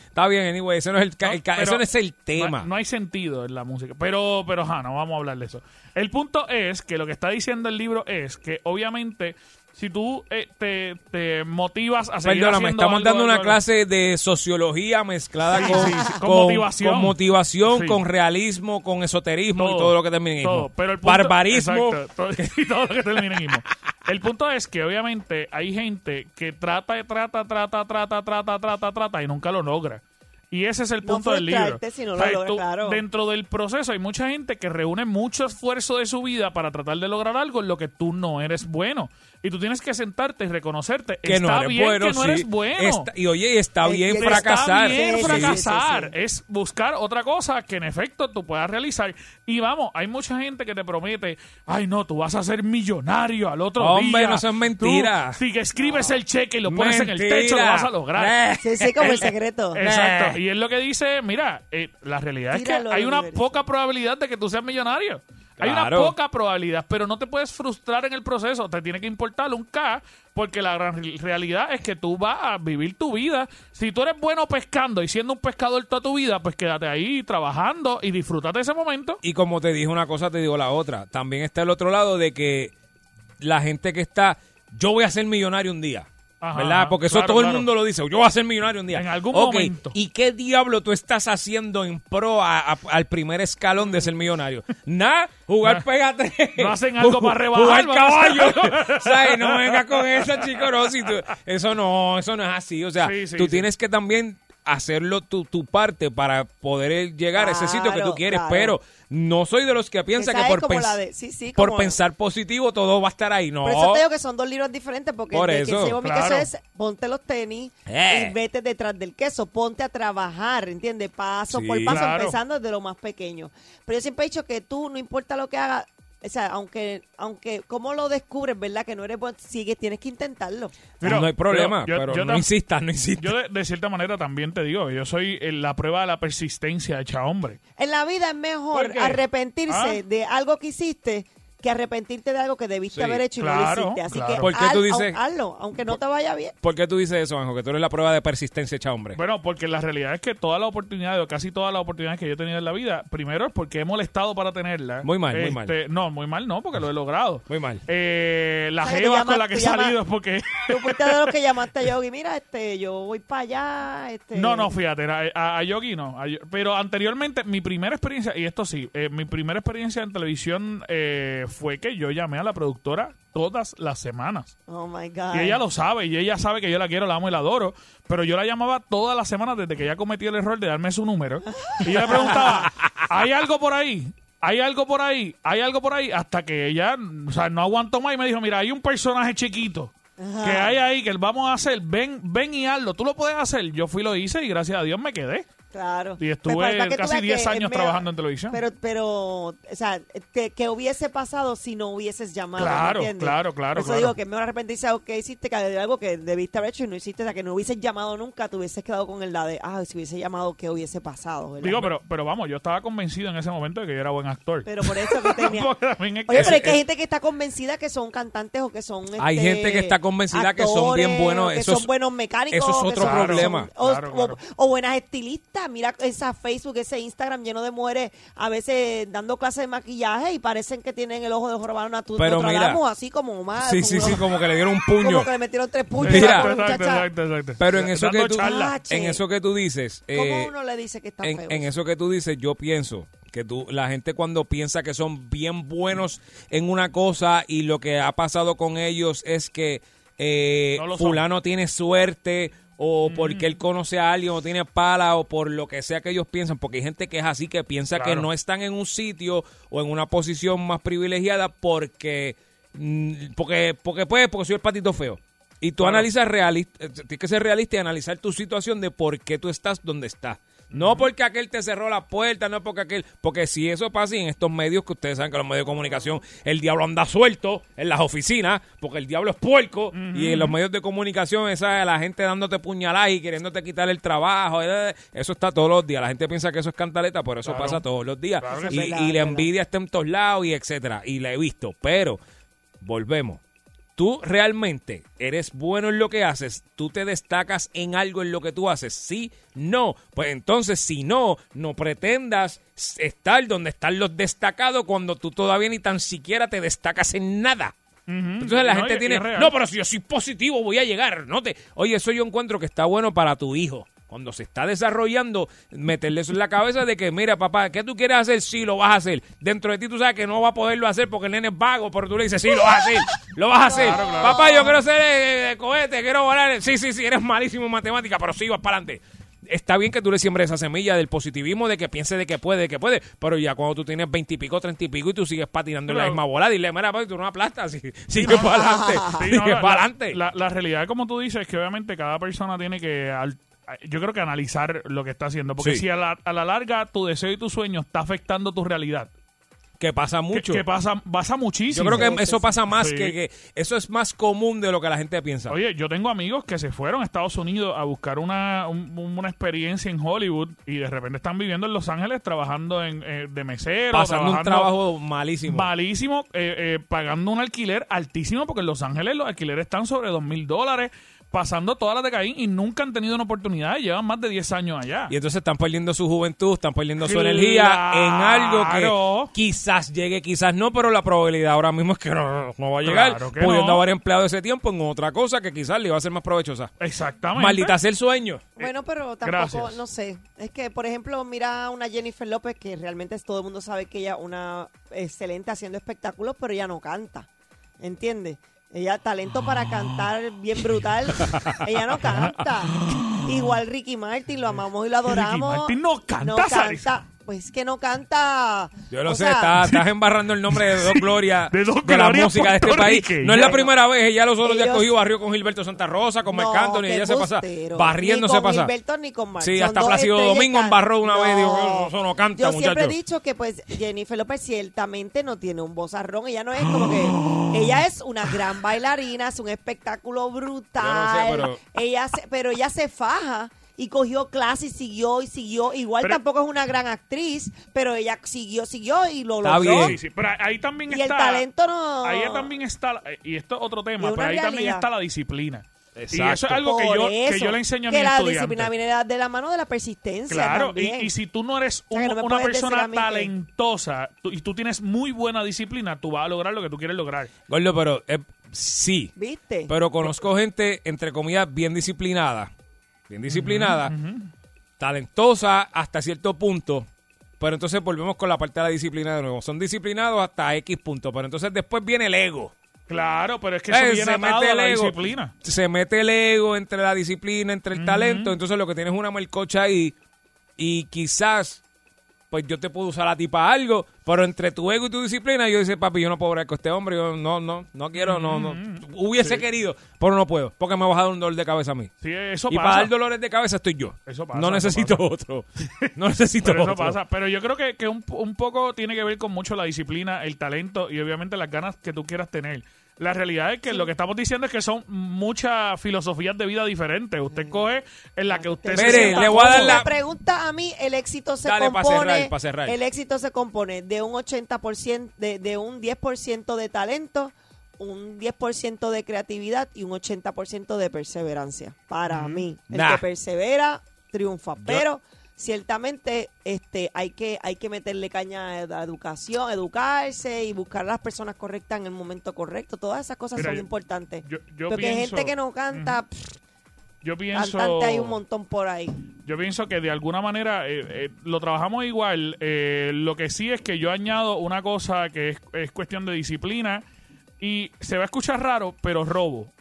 Está bien, anyway, ese no es el, ca- No, el ca- pero eso no es el No, tema. hay- no hay sentido en la música. Pero, pero, ja, no vamos a hablar de eso. El punto es que lo que está diciendo el libro es que, obviamente, si tú eh, te, te motivas a seguir Perdóname, haciendo estamos algo, dando algo, una algo- clase de sociología mezclada Sí, con, sí, sí, con motivación. con motivación, Sí. con realismo, con esoterismo y todo lo que termine en todo. ismo. Pero el punto- Barbarismo. exacto, todo, y todo lo que termina en ismo. El punto es que obviamente hay gente que trata, trata, trata, trata, trata, trata, trata y nunca lo logra. Y ese es el No punto del libro. frustrarte si no lo logras, claro. Dentro del proceso hay mucha gente que reúne mucho esfuerzo de su vida para tratar de lograr algo en lo que tú no eres bueno. Y tú tienes que sentarte y reconocerte. que está no eres bien bueno, que no sí. eres bueno. Está- y oye, y está Y- bien y está Eh, Está fracasar. bien Eh, Sí, sí, fracasar. sí, sí, Es buscar otra cosa que en efecto tú puedas realizar. Y vamos, hay mucha gente que te promete, ay no, tú vas a ser millonario al otro día. Hombre, no son mentiras. Tú, Si que escribes el cheque y lo pones en el Mentira. techo, lo vas a lograr. Eh, Sí, sí, como el secreto. Exacto. Y es lo que dice, mira, eh, la realidad es que Tíralo hay al una universo. poca probabilidad de que tú seas millonario. Hay una Claro. poca probabilidad, pero no te puedes frustrar en el proceso. Te tiene que importar un K, porque la gran re- realidad es que tú vas a vivir tu vida. Si tú eres bueno pescando y siendo un pescador toda tu vida, pues quédate ahí trabajando y disfrútate ese momento. Y como te dije una cosa, te digo la otra. También está el otro lado de que la gente que está, yo voy a ser millonario un día. Ajá, ¿Verdad? Porque eso claro, todo el claro. mundo lo dice. Yo voy a ser millonario un día. En algún Ok, momento. ¿Y qué diablo tú estás haciendo en pro a- a- al primer escalón de ser millonario? Nada, jugar Nah. pégate. No hacen algo para rebajar, Jugar van a hacer caballo. algo. ¿Sabes? No vengas con eso, chico. No, si tú- eso no, eso no es así. O sea, Sí, sí, tú sí. tienes que también hacerlo tu, tu parte para poder llegar a ese sitio que tú Claro, quieres, claro. pero no soy de los que piensa Esa que es por, como la pens- de- sí, sí, por como- pensar positivo todo va a estar ahí. No. Por eso te digo que son dos libros diferentes, porque Por el de eso, que se llevó mi claro. queso es ponte los tenis Eh. y vete detrás del queso, ponte a trabajar, ¿entiendes? Paso Sí. por paso, Claro. empezando desde lo más pequeño. Pero yo siempre he dicho que tú, no importa lo que hagas, o sea, aunque, aunque cómo lo descubres, ¿verdad? Que no eres bueno, sigue, tienes que intentarlo. Mira, no hay problema, yo- yo- pero yo no tam- insistas, no insistas. Yo de, de cierta manera también te digo, yo soy eh, la prueba de la persistencia hecha hombre. En la vida es ¿Por mejor qué? arrepentirse Ah. de algo que hiciste que arrepentirte de algo que debiste Sí, haber hecho y no claro, lo hiciste. Así claro. que ¿Por qué tú haz- dices- hazlo, aunque no te vaya bien. ¿Por qué tú dices eso, Anjo? Que tú eres la prueba de persistencia hecha hombre. Bueno, porque la realidad es que todas las oportunidades, o casi todas las oportunidades que yo he tenido en la vida, primero es porque he molestado para tenerlas. Muy mal, muy Este, mal. No, muy mal no, porque lo he logrado. Muy mal. Eh, la O sea, que tú jeva llamas- con la que he tú llamas- salido es porque... Tú fuiste de los que llamaste a Yogi, mira, este, yo voy para allá, este... No, no, fíjate, era- a, a Yogi no. a Yo- pero anteriormente, mi primera experiencia, y esto sí, eh, mi primera experiencia en televisión eh, fue que yo llamé a la productora todas las semanas. Oh my God. Y ella lo sabe, y ella sabe que yo la quiero, la amo y la adoro. Pero yo la llamaba todas las semanas desde que ella cometió el error de darme su número. Y yo le preguntaba, ¿hay algo por ahí? ¿Hay algo por ahí? ¿Hay algo por ahí? Hasta que ella, o sea, no aguantó más y me dijo, mira, hay un personaje chiquito que hay ahí que vamos a hacer. Ven, ven y hazlo. Tú lo puedes hacer. Yo fui y lo hice y gracias a Dios me quedé. Claro. Y estuve Pues, para que tú casi veas que 10 es años medio- trabajando en televisión. Pero, pero, o sea, que, que hubiese pasado si no hubieses llamado. ¿me Claro, entiendes? claro, claro, Por Eso claro. digo que me mejor arrepentirse de algo que hiciste que de algo que debiste haber hecho y no hiciste, o sea, que no hubieses llamado nunca, te hubieses quedado con el la de, ah, si hubiese llamado, ¿qué hubiese pasado? ¿verdad? Digo, pero, pero vamos, yo estaba convencido en ese momento de que yo era buen actor. Pero por eso que tenía... Porque también es que- Oye, pero es que hay gente que está convencida que son cantantes o que son. Hay este, gente que está convencida que son bien actores, buenos, Que eso es- son buenos mecánicos. eso es que otro son- problema. o, Claro, claro. o- o buenas estilistas. Mira esa Facebook, ese Instagram lleno de mujeres, a veces dando clases de maquillaje y parecen que tienen el ojo de jorobado natural. Pero mira- así como más. sí, sí, sí, como que le dieron un puño. Como que le metieron tres puños. Mira. a la exacto, exacto, muchacha. exacto, exacto. Pero en eso, Dando que tú, charla. Ah, en che. eso que tú dices... ¿Cómo eh, uno le dice que está en, feo? en eso que tú dices, yo pienso que tú, la gente cuando piensa que son bien buenos en una cosa y lo que ha pasado con ellos es que eh, No lo son. Mm. fulano tiene suerte o porque él conoce a alguien o tiene pala o por lo que sea que ellos piensan, porque hay gente que es así, que piensa que Claro. no están en un sitio o en una posición más privilegiada porque, mm, porque, porque pues, porque soy el patito feo. Y tú analizas realista, eh, tienes que ser realista y analizar tu situación de por qué tú estás donde estás. No porque aquel te cerró la puerta, no porque aquel, porque si eso pasa y en estos medios que ustedes saben que los medios de comunicación, el diablo anda suelto en las oficinas, porque el diablo es puerco, y en los medios de comunicación, esa la gente dándote puñaladas y queriéndote quitar el trabajo, eh, eso está todos los días. La gente piensa que eso es cantaleta, pero eso Claro. pasa todos los días. Claro que y, sí. y Verdad, la verdad. envidia está en todos lados y etcétera. Y la he visto. Pero, volvemos. Tú realmente eres bueno en lo que haces, tú te destacas en algo en lo que tú haces. Sí, no. Pues entonces, si no, no pretendas estar donde están los destacados cuando tú todavía ni tan siquiera te destacas en nada. Entonces la No, gente y- y tiene, es real. no, pero si yo soy positivo voy a llegar, no te... Oye, eso yo encuentro que está bueno para tu hijo. Cuando se está desarrollando, meterle eso en la cabeza de que, mira, papá, ¿qué tú quieres hacer? Sí, lo vas a hacer. Dentro de ti tú sabes que no va a poderlo hacer porque el nene es vago, pero tú le dices, sí, lo vas a hacer, lo vas a hacer. Papá, yo quiero ser eh, eh, cohete, quiero volar. Sí, sí, sí, eres malísimo en matemática, pero sí, vas para adelante. Está bien que tú le siembres esa semilla del positivismo, de que piense de que puede, de que puede, pero ya cuando tú tienes veintipico, treinta y pico y tú sigues patinando en la Claro. misma bola, dile, mira, papi, tú no aplastas, sí, sigue para adelante, Sí, sigue no, la- para adelante. La, la realidad, como tú dices, es que obviamente cada persona tiene que, al- yo creo que analizar lo que está haciendo, porque Sí. si a la, a la larga tu deseo y tu sueño está afectando tu realidad, Que pasa mucho. que pasa- pasa muchísimo. Yo creo que eso pasa más Sí. que, que- Eso es más común de lo que la gente piensa. Oye, yo tengo amigos que se fueron a Estados Unidos a buscar una, un- un- una experiencia en Hollywood y de repente están viviendo en Los Ángeles trabajando en, eh, de mesero. pasando un trabajando- trabajo malísimo. malísimo, eh, eh, pagando un alquiler altísimo, porque en Los Ángeles los alquileres están sobre dos mil dólares, pasando todas las de Caín y nunca han tenido una oportunidad, y llevan más de 10 años allá. Y entonces están perdiendo su juventud, están perdiendo su Claro. energía en algo que quizás llegue, quizás no, pero la probabilidad ahora mismo es que no, no va a llegar, Claro que pudiendo no. haber empleado ese tiempo en otra cosa que quizás le iba a ser más provechosa. Exactamente. Maldita sea el sueño. Bueno, pero tampoco, eh, gracias. no sé. Es que, por ejemplo, mira una Jennifer López que realmente es- todo el mundo sabe que ella es una excelente haciendo espectáculos, pero ella no canta. ¿Entiendes? Ella talento Ah. para cantar bien brutal. ella no canta. Igual Ricky Martin, lo amamos y lo adoramos. Martin no canta, Sarisa. canta. Pues que no canta. Yo lo O sé, sea, está- estás embarrando el nombre de Dos Gloria de, la Gloria música de este país. puertorriqueña. No es la primera vez, ella los otros días Ellos- cogió barrio con Gilberto Santa Rosa, con Marc No, Anthony, qué ella se pasa embustero. barriendo Ni se con pasa. Gilberto ni con Marc. Sí, Son hasta dos Plácido estrellas Domingo can- embarró una vez, No. dijo, "No, eso no canta, Yo siempre he muchachos". dicho que pues Jennifer López ciertamente no tiene un vozarrón, ella no es como que ella es una gran bailarina, es un espectáculo brutal. Yo no sé, Ella se- pero ella se faja y cogió clase y siguió y siguió. Igual tampoco es una gran actriz, pero ella siguió, siguió y lo logró. Sí, sí, pero ahí también Y el está. talento no- Ahí también está. la- Y esto es otro tema, Es una pero ahí también realidad. está la disciplina. Y eso Exacto. es algo que Por yo, que eso, yo le enseño a que mis la estudiantes. disciplina viene de- de la mano de la persistencia. Claro, y, también. y si tú no eres sea, que un- no me una puedes decir a persona mí que- talentosa tú- y tú tienes muy buena disciplina, tú vas a lograr lo que tú quieres lograr. Gordo, pero eh, sí. ¿Viste? Pero conozco gente, entre comillas, bien disciplinada. Bien disciplinada. Talentosa hasta cierto punto. Pero entonces volvemos con la parte de la disciplina de nuevo. Son disciplinados hasta X punto. Pero entonces después viene el ego. Claro, pero es que Eh, eso viene atado a la disciplina. Se mete el ego entre la disciplina, entre el talento. Entonces lo que tienes es una melcocha ahí. Y quizás, pues yo te puedo usar a ti para algo. Pero entre tu ego y tu disciplina, yo dice, papi, yo no puedo hablar con este hombre. Yo no, no, no quiero, Mm, no, no. Hubiese Sí. querido, pero no puedo. Porque me ha bajado un dolor de cabeza a mí. Sí, eso y pasa. para dar dolores de cabeza estoy yo. Eso pasa, no eso necesito pasa. otro. No necesito Pero eso otro. pasa. Pero yo creo que, que un, un poco tiene que ver con mucho la disciplina, el talento y obviamente las ganas que tú quieras tener. La realidad es que lo que estamos diciendo es que son muchas filosofías de vida diferentes. Mm. Usted coge en la que usted Mire, sienta le voy a dar cómodo. la- me pregunta a mí, el éxito se Dale, pa' compone. cerrar, pa' cerrar. El éxito se compone de un 80%, de, de un 10% de talento, un 10% de creatividad y un 80% de perseverancia. Para mí, el Mm-hmm. Nah. que persevera triunfa, pero ciertamente este hay que hay que meterle caña a la educación, educarse y buscar las personas correctas en el momento correcto. Todas esas cosas Mira, son yo- importantes. yo- yo Porque hay pienso- gente que no canta, pff, Yo pienso... cantante hay un montón por ahí. Yo pienso que de alguna manera eh, eh, lo trabajamos igual. Eh, lo que sí es que yo añado una cosa que es, es cuestión de disciplina y se va a escuchar raro, pero robo.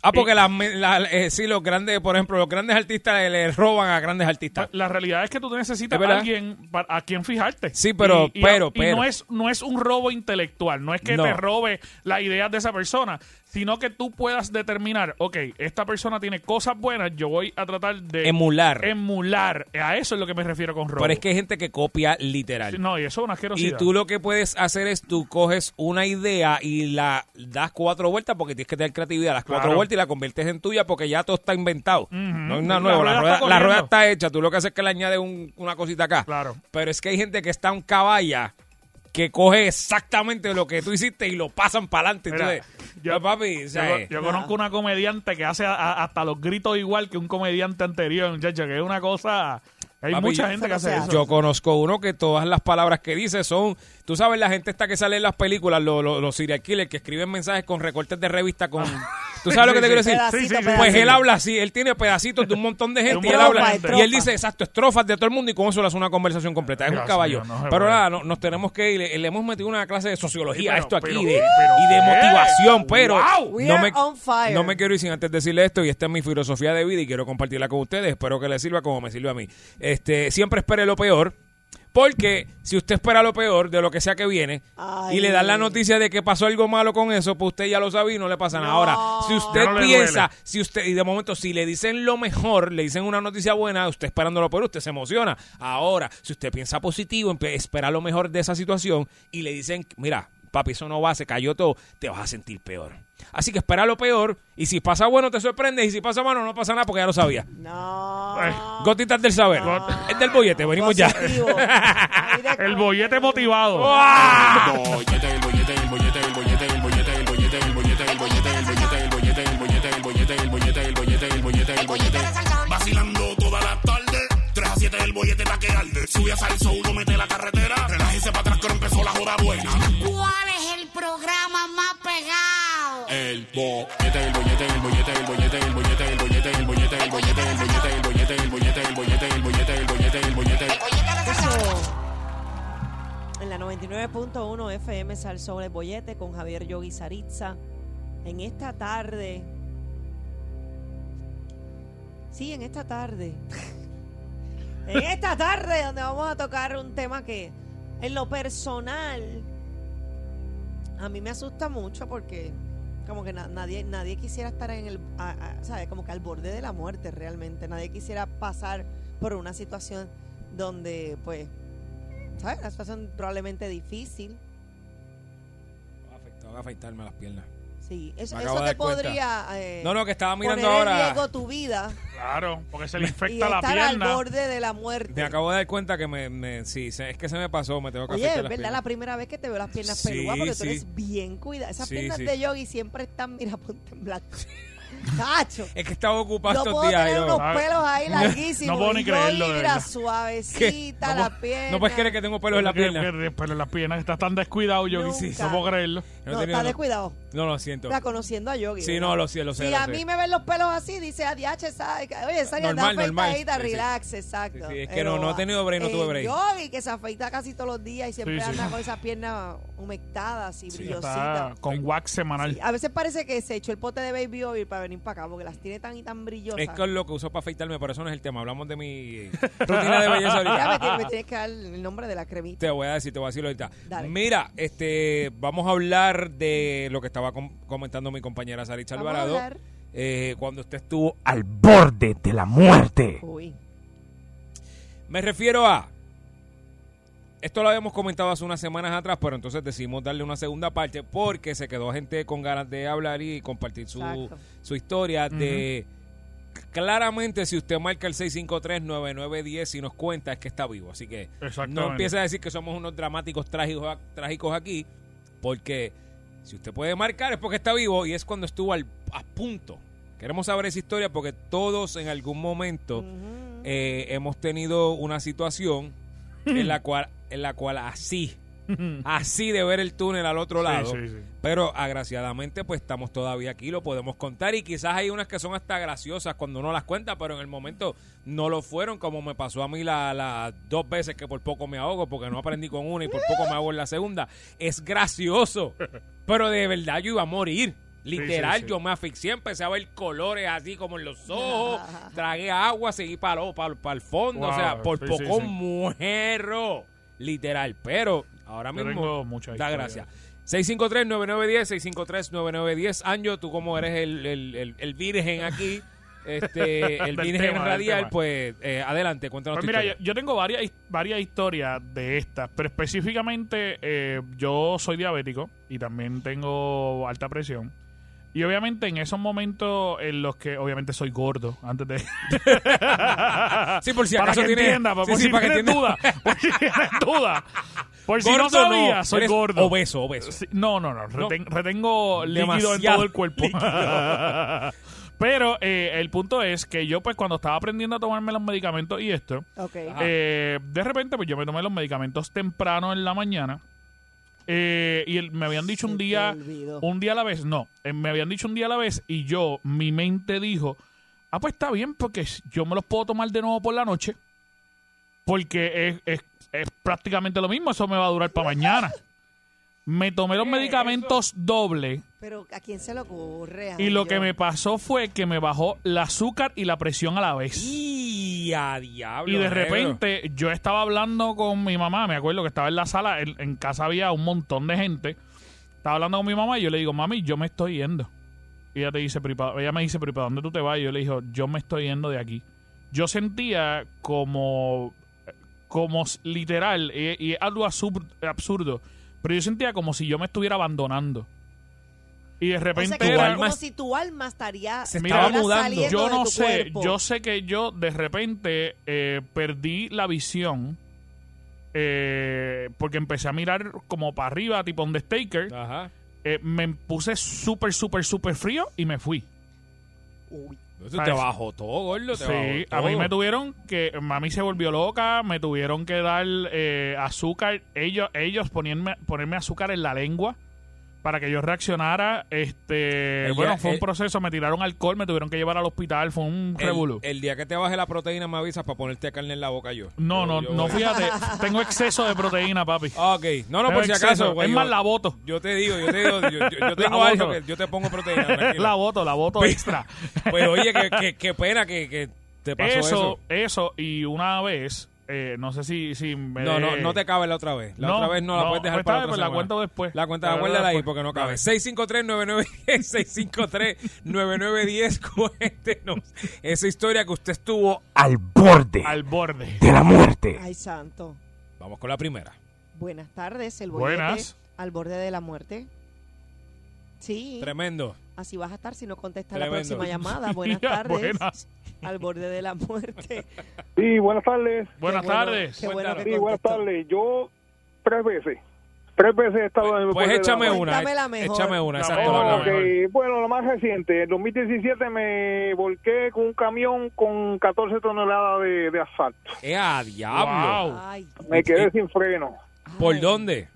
Ah, porque las me- la- eh, sí, los grandes, por ejemplo, los grandes artistas le, le roban a grandes artistas. La realidad es que tú necesitas Es verdad. a alguien para- a quien fijarte. Sí, pero- Y- y- pero- y pero. no es no es un robo intelectual, no es que No. te robe las ideas de esa persona, sino que tú puedas determinar, ok, esta persona tiene cosas buenas, yo voy a tratar de Emular. emular. A eso es lo que me refiero con robo. Pero es que hay gente que copia literal. Sí, No, y eso es una Y asquerosidad. tú lo que puedes hacer es tú coges una idea y la das cuatro vueltas porque tienes que tener creatividad. Las cuatro Claro. vueltas y la conviertes en tuya porque ya todo está inventado. No es La nada nuevo. La rueda rueda, está la rueda corriendo. está hecha. Tú lo que haces es que le añades un- una cosita acá. Claro. Pero es que hay gente que está un caballa que coge exactamente lo que tú hiciste y lo pasan para adelante. Mira, Entonces, yo, papi, o sea, Yo, yo conozco una comediante que hace a- a- hasta los gritos igual que un comediante anterior, muchacho, que es una cosa... Hay Papi, mucha gente que hace eso. Yo conozco uno que todas las palabras que dice son. Tú sabes, la gente esta que sale en las películas, los, los, los serial killers, que escriben mensajes con recortes de revista. con ¿Tú sabes lo que te Sí, quiero sí. decir? Pedacito, Sí, sí, sí. Pues él pedacito. habla así, él tiene pedacitos de un montón de gente. y, él Estrofa, habla, estrofa. y él dice, exacto, estrofas de todo el mundo y con eso le hace una conversación completa. Es un Dios caballo. mío, no se Pero puede. nada, no- nos tenemos que ir. Le, le hemos metido una clase de sociología a Pero- esto aquí pero- y, de, pero- y de ¿qué? motivación, pero Wow. We no are me, on fire. no me quiero ir sin antes decirle esto y esta es mi filosofía de vida y quiero compartirla con ustedes. Espero que les sirva como me sirve a mí. Este, siempre espere lo peor, Porque si usted espera lo peor de lo que sea que viene Ay. y le dan la noticia de que pasó algo malo con eso, pues usted ya lo sabía y no le pasa nada. Ahora, si usted Ya no le piensa, duele. si usted, y de momento, si le dicen lo mejor, le dicen una noticia buena, usted esperando lo peor, usted se emociona. Ahora, si usted piensa positivo, empe- espera lo mejor de esa situación y le dicen, mira, papi, eso no va, se cayó todo, te vas a sentir peor. Así que espera lo peor y si pasa bueno te sorprendes y si pasa malo no pasa nada porque ya lo sabía. Eh, Gotitas del saber. Es del bollete, venimos ya. Positivo. Ahí de- el bollete motivado. Vacilando toda la tarde, 3 a 7 el bollete pa' que arde. Sube a salso, uno mete la carretera, relájese para atrás que ahora empezó la joda buena. ¿Cuál es el programa más pegado? El bollete, el bollete, el bollete, el bollete, el bollete, el bollete, el bollete, el bollete, el bollete, el bollete, el bollete, el bollete, el bollete, el bollete, el bollete. Eso. En la 99.1 FM Sal sobre el Bollete con Javier Yogi Saritza. En esta tarde. Sí, en esta tarde. en esta tarde, donde vamos a tocar un tema que, en lo personal, a mí me asusta mucho porque, como que na- nadie, nadie quisiera estar en el. a- a- ¿Sabes? Como que al borde de la muerte realmente. Nadie quisiera pasar por una situación donde, pues, ¿sabes? Una situación probablemente difícil. Afectó, a afeitarme las piernas. Sí, eso, Me eso acabo de te dar cuenta. podría eh, No, no, que estaba poner mirando en ahora. riesgo tu vida Claro, porque se le y infecta la estar al pierna. borde de la muerte. Me acabo de dar cuenta que me, me- sí, se- es que se me pasó, me tengo que Oye, es afeitar verdad las la piernas. primera vez que te veo las piernas Sí, peludas porque tú sí. eres bien cuidada. Esas Sí, piernas sí. de yogi siempre están, mira, ponte en blanco. Cacho, Es que estaba ocupado yo estos puedo días. tener yo- unos ¿sabes? pelos ahí larguísimos. No puedo ni y yogi, creerlo, de mira, verdad. ¿Qué? suavecita No la puedo- pierna. No puedes creer que tengo pelos en las Que- piernas. que- Pero en las piernas estás tan descuidado, yo Nunca. sí, no puedo creerlo. No, he No, tenido- está descuidado. no, lo siento. Está conociendo a Yogi. Sí, ¿verdad? no, lo sé, lo sé, Si lo a sé. mí me ven los pelos así, dice ADH, ¿sabes? Oye, esa que anda Normal, normal. afeitadita, Sí, sí. relax, exacto. Sí, sí, es que no, no he tenido break, no el tuve break. Yogi que se afeita casi todos los días y siempre Sí, sí. anda con esas piernas humectadas y Está brillositas. con wax semanal. Sí, a veces parece que se echó el pote de baby oil para venir para acá porque las tiene tan y tan brillosas. Es que es lo que uso para afeitarme, pero eso no es el tema. Hablamos de mi rutina de belleza Mira, me, ahorita. tiene- me tienes que dar el nombre de la cremita. Te voy a decir, te voy a decir ahorita. Dale. Mira, este, vamos a hablar de lo que estaba com- comentando mi compañera Saritza Vamos a Alvarado. hablar. eh, cuando usted estuvo al borde de la muerte. Uy. Me refiero a. Esto lo habíamos comentado hace unas semanas atrás, pero entonces decidimos darle una segunda parte porque se quedó gente con ganas de hablar y compartir su, Exacto. su historia de. Claramente, si usted marca el 653-9910 y nos cuenta, es que está vivo. Así que Exactamente. no empiece a decir que somos unos dramáticos trágicos, trágicos aquí, porque si usted puede marcar es porque está vivo y es cuando estuvo al, a punto. Queremos saber esa historia porque todos en algún momento Ujú. eh, hemos tenido una situación en la cual, en la cual así, así de ver el túnel al otro lado. sí, sí. Pero agraciadamente, pues estamos todavía aquí, lo podemos contar. Y quizás hay unas que son hasta graciosas cuando uno las cuenta, pero en el momento no lo fueron, como me pasó a mí las dos veces que por poco me ahogo, porque no aprendí con una y por poco me ahogo en la segunda. Es gracioso, pero de verdad yo iba a morir. Literal, sí. yo me asfixié, empecé a ver colores así como en los ojos, tragué agua, seguí para, lo- para, para el fondo, o sea, Wow, por sí, sí, poco sí. muero, literal, pero ahora Yo mismo tengo muchas da historias. gracia. 653-9910, 653-9910. Año, tú como eres el, el- el- el virgen aquí, este, Del el virgen tema, del radial, tema. pues eh, adelante, cuéntanos Pues tu mira, yo, historia. yo tengo varias, his- varias historias de estas, pero específicamente eh, yo soy diabético y también tengo alta presión. Y obviamente en esos momentos en los que obviamente soy gordo, antes de... Sí, por si para acaso que tiene- entienda, por, sí, por sí, si para que tienes entienda. duda, por si tienes duda. Por si no Gordo no, sabías, soy eres gordo. obeso, obeso. Sí, no, no, no, reten- retengo líquido en Demasiado todo el cuerpo. Pero eh, el punto es que yo pues cuando estaba aprendiendo a tomarme los medicamentos y esto... Ok. Ajá. Eh, de repente, pues yo me tomé los medicamentos temprano en la mañana. eh, y el- me habían dicho Se un te día, olvidó. un día a la vez, no, eh, me habían dicho un día a la vez y yo, mi mente dijo, ah, pues está bien porque yo me los puedo tomar de nuevo por la noche porque es, es- es prácticamente lo mismo, eso me va a durar para mañana. Me tomé los medicamentos doble Pero ¿a quién se le ocurre? y lo que Javier? me pasó fue que me bajó el azúcar y la presión a la vez. Y Y a diablo. Y de negro. repente yo estaba hablando con mi mamá, me acuerdo que estaba en la sala, en, en casa había un montón de gente. Estaba hablando con mi mamá y yo le digo, mami, yo me estoy yendo. Y ella, te dice, "Pero, ¿y pa- ella me dice, pero ¿y para dónde tú te vas? Y yo le digo, yo me estoy yendo de aquí. Yo sentía como, como s- literal, y, y es algo absur- absurdo, pero yo sentía como si yo me estuviera abandonando. Y de repente o sea, que era- era como si tu alma estaría se estuviera estaba mudando. saliendo Yo de no tu sé, cuerpo. yo sé que yo de repente eh, perdí la visión eh, porque empecé a mirar como para arriba, tipo Undertaker. Eh, me puse súper, súper, súper frío y me fui. Eso te bajó todo, gordo. Te Sí, bajó a mí todo. me tuvieron que. Mami se volvió loca, me tuvieron que dar eh, azúcar. Ellos, ellos ponerme, ponerme azúcar en la lengua para que yo reaccionara. Este, Ella- bueno, fue eh, un proceso. Me tiraron alcohol, me tuvieron que llevar al hospital. Fue un revolú. el, el día que te baje la proteína me avisas para ponerte carne en la boca yo. No, no, yo- Ah, no, fíjate. tengo exceso de proteína, papi. Ok. No, no, por si acaso. güey, es yo- más, la voto. Yo te digo, yo te digo, yo, yo- yo La tengo algo voto. que yo te pongo proteína. tranquila. la voto, la voto extra. Pues oye, qué que, qué pena que, que te pasó eso, eso. eso, y una vez, eh, no sé si, si me No, no, dé- no te cabe la otra vez. La No, otra vez no la no, puedes dejar pues está para otra bien, pues la semana. cuento después. La cuenta, La cuento acuérdala ahí después. porque no pues, Dale. cabe. 653-9910, 653-9910, cuéntenos esa historia que usted estuvo Al borde. Al borde. de la muerte. Ay, santo. Vamos con la primera. Buenas tardes, el bollete Buenas. al borde de la muerte. Sí. Tremendo. Así vas a estar si no contestas la Tremendo. próxima llamada. Buenas Ya, tardes. buenas. Al borde de la muerte. Sí, buenas tardes. Buenas Qué bueno- tardes. qué bueno Cuéntanos. que sí, buenas tardes. Yo tres veces. Tres veces he estado en el Pues borde de la échame muerte. una. Cuéntamela eh, Échame una, La exacto. mejor, la ok. mejor. Bueno, lo más reciente, en 2017 me volqué con un camión con 14 toneladas de, de asfalto. ¡Eh, a diablo! Wow. Me quedé ¿Y sin freno, ¿Por dónde?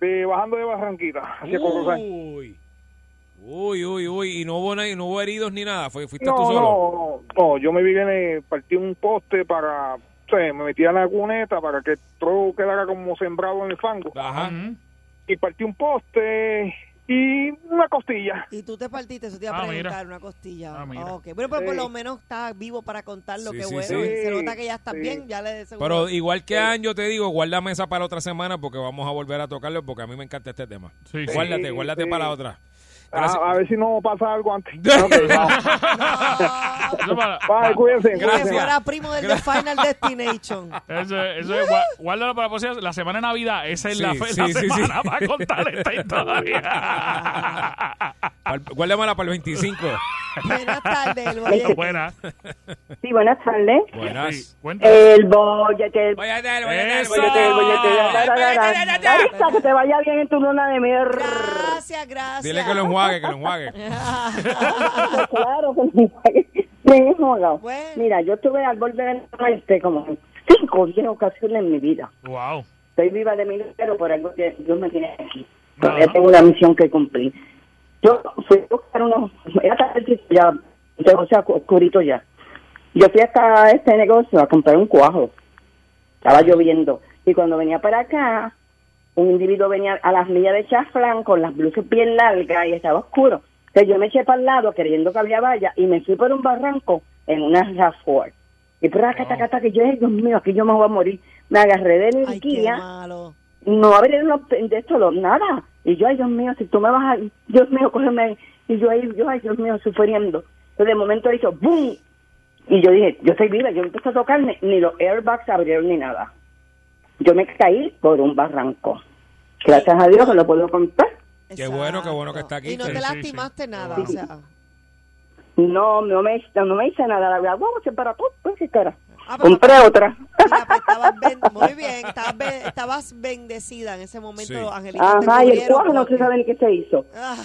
de, bajando de Barranquita hacia Corozal. Uy. Uy, uy, uy. Y no hubo, nadie- no hubo heridos ni nada. Fue- Fuiste No, tú solo. no, no, yo me vine, me partí un poste para, o sea, me metí a la cuneta para que todo quedara como sembrado en el fango. Y partí un poste y una costilla. Y tú te partiste, eso te iba a Ah, mira. preguntar, una costilla. Ah, mira. Ah, ok. Bueno, pero por Sí. lo menos estás vivo para contar lo Sí, que sí, bueno. sí. y Se nota que ya estás Sí. bien, ya le seguro. Pero igual que Año, te digo, guarda mesa para otra semana porque vamos a volver a tocarlo porque a mí me encanta este tema. sí. guárdate, Sí, guárdate sí. para la otra. A, Gracias. a ver si no pasa algo antes. No, pero no. Bye, cuídense. Que cuídense. fuera primo del de Final Destination. Eso, eso es, gua- guárdalo para la próxima- la semana de Navidad. Esa es la, Sí, fe, sí, la sí, semana sí. para contar esta historia. Pal- Guárdamela para el 25. Buenas tardes, el Buenas. bollete. Buenas. Sí, buenas tardes. Buenas. El bollete. Bollete, bollete, bollete, Marisa, que te vaya bien en tu luna de miel. Gracias, gracias. Dile que lo enjuague, que lo enjuague. claro, pues, que me he jugado. Mira, yo estuve al borde de la muerte como cinco o diez ocasiones en mi vida. Wow. Estoy viva de mí, pero por algo que Dios me tiene aquí. Todavía tengo una misión que cumplir. Yo fui a buscar unos... Era tarde ya, o sea, oscurito ya. Yo fui hasta este negocio a comprar un cuajo. Estaba lloviendo. Y cuando venía para acá, un individuo venía a las millas de chaflán con las blusas bien largas y estaba oscuro. Entonces yo me eché para el lado creyendo que había valla y me fui por un barranco en una rafor. Y por acá, taca, taca, que yo, ay, Dios mío, aquí yo me voy a morir. Me agarré de la guía. No abrieron los pen- de esto, los- nada. Y yo, ay, Dios mío, si tú me vas a, Dios mío, cógeme. ahí. Y yo, ahí, yo, ay, Dios mío, sufriendo. Entonces de momento hizo, ¡boom! Y yo dije, yo estoy viva, yo empecé a tocarme, ni los airbags abrieron ni nada. Yo me caí por un barranco. Gracias a Dios que lo puedo contar. Qué bueno, qué bueno que está aquí. Y no Sí, te sí, lastimaste nada, o sea. No, no me, no me hice nada, la verdad, wow, se para todo, pues qué cara. Ah, pero Compré otra. muy bien, estabas, ben- estabas bendecida en ese momento, Angelita. te Ajá, y el cubrieron, cuajo no se sabe ni qué se hizo. Ah.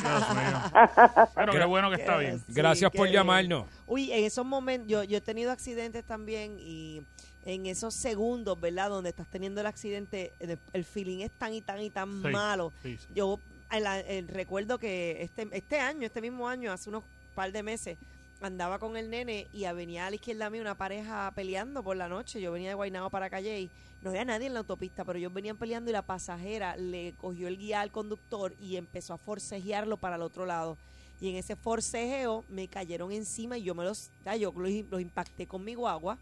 Pero qué bueno que está bien. Gracias por llamarnos. Uy, en esos momentos, yo, yo he tenido accidentes también y en esos segundos, ¿verdad? Donde estás teniendo el accidente, el, el feeling es tan y tan y tan Sí, malo. sí, sí. Yo el- el- recuerdo que este, este año, este mismo año, hace unos par de meses, andaba con el nene y venía a la izquierda mía una pareja peleando por la noche. Yo venía de Guaynabo para Calle y no había nadie en la autopista, pero ellos venían peleando y la pasajera le cogió el guía al conductor y empezó a forcejearlo para el otro lado Y en ese forcejeo me cayeron encima y yo me los, ya, yo los, los impacté con mi guagua.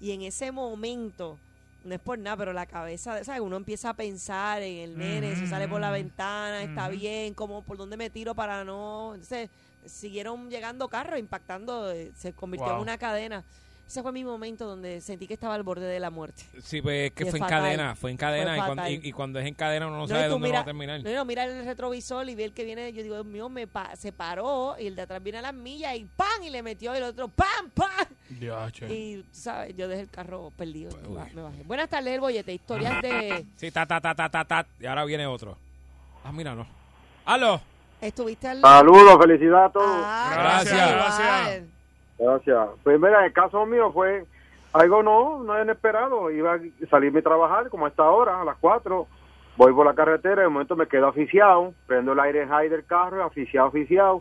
Y en ese momento, no es por nada, pero la cabeza, ¿sabes? Uno empieza a pensar en el nene, si sale por la ventana, está bien, como por dónde me tiro para no. Entonces, siguieron llegando carros, impactando, eh, se convirtió en Wow. una cadena. Ese fue mi momento donde sentí que estaba al borde de la muerte. Sí, pues es que Y es fue en fatal. cadena, fue en cadena. Fue y, cuando, fatal. y- y cuando es en cadena uno no, y sabe tú dónde mira- uno va a terminar. No, no, mira el retrovisor y ve el que viene. Yo digo, Dios mío, me pa- se paró y el de atrás viene a las millas y ¡pam! Y le metió y el otro ¡pam! ¡pam! Y, tú ¿sabes? Yo dejé el carro perdido. Pues, Me ba- me bajé. Buenas tardes, el bollete. Historias de... Sí, ta, ta, ta, ta, ta, ta. Y ahora viene otro. Ah, mira, no. ¡Aló! ¿Estuviste al... Saludos, felicidades a todos. Gracias. Gracias. Gracias. Pues mira, en el caso mío fue algo no, no inesperado. Iba a salirme a trabajar como a esta hora, a las 4. Voy por la carretera, de momento me quedo asfixiado. Prendo el aire high del carro, asfixiado, asfixiado.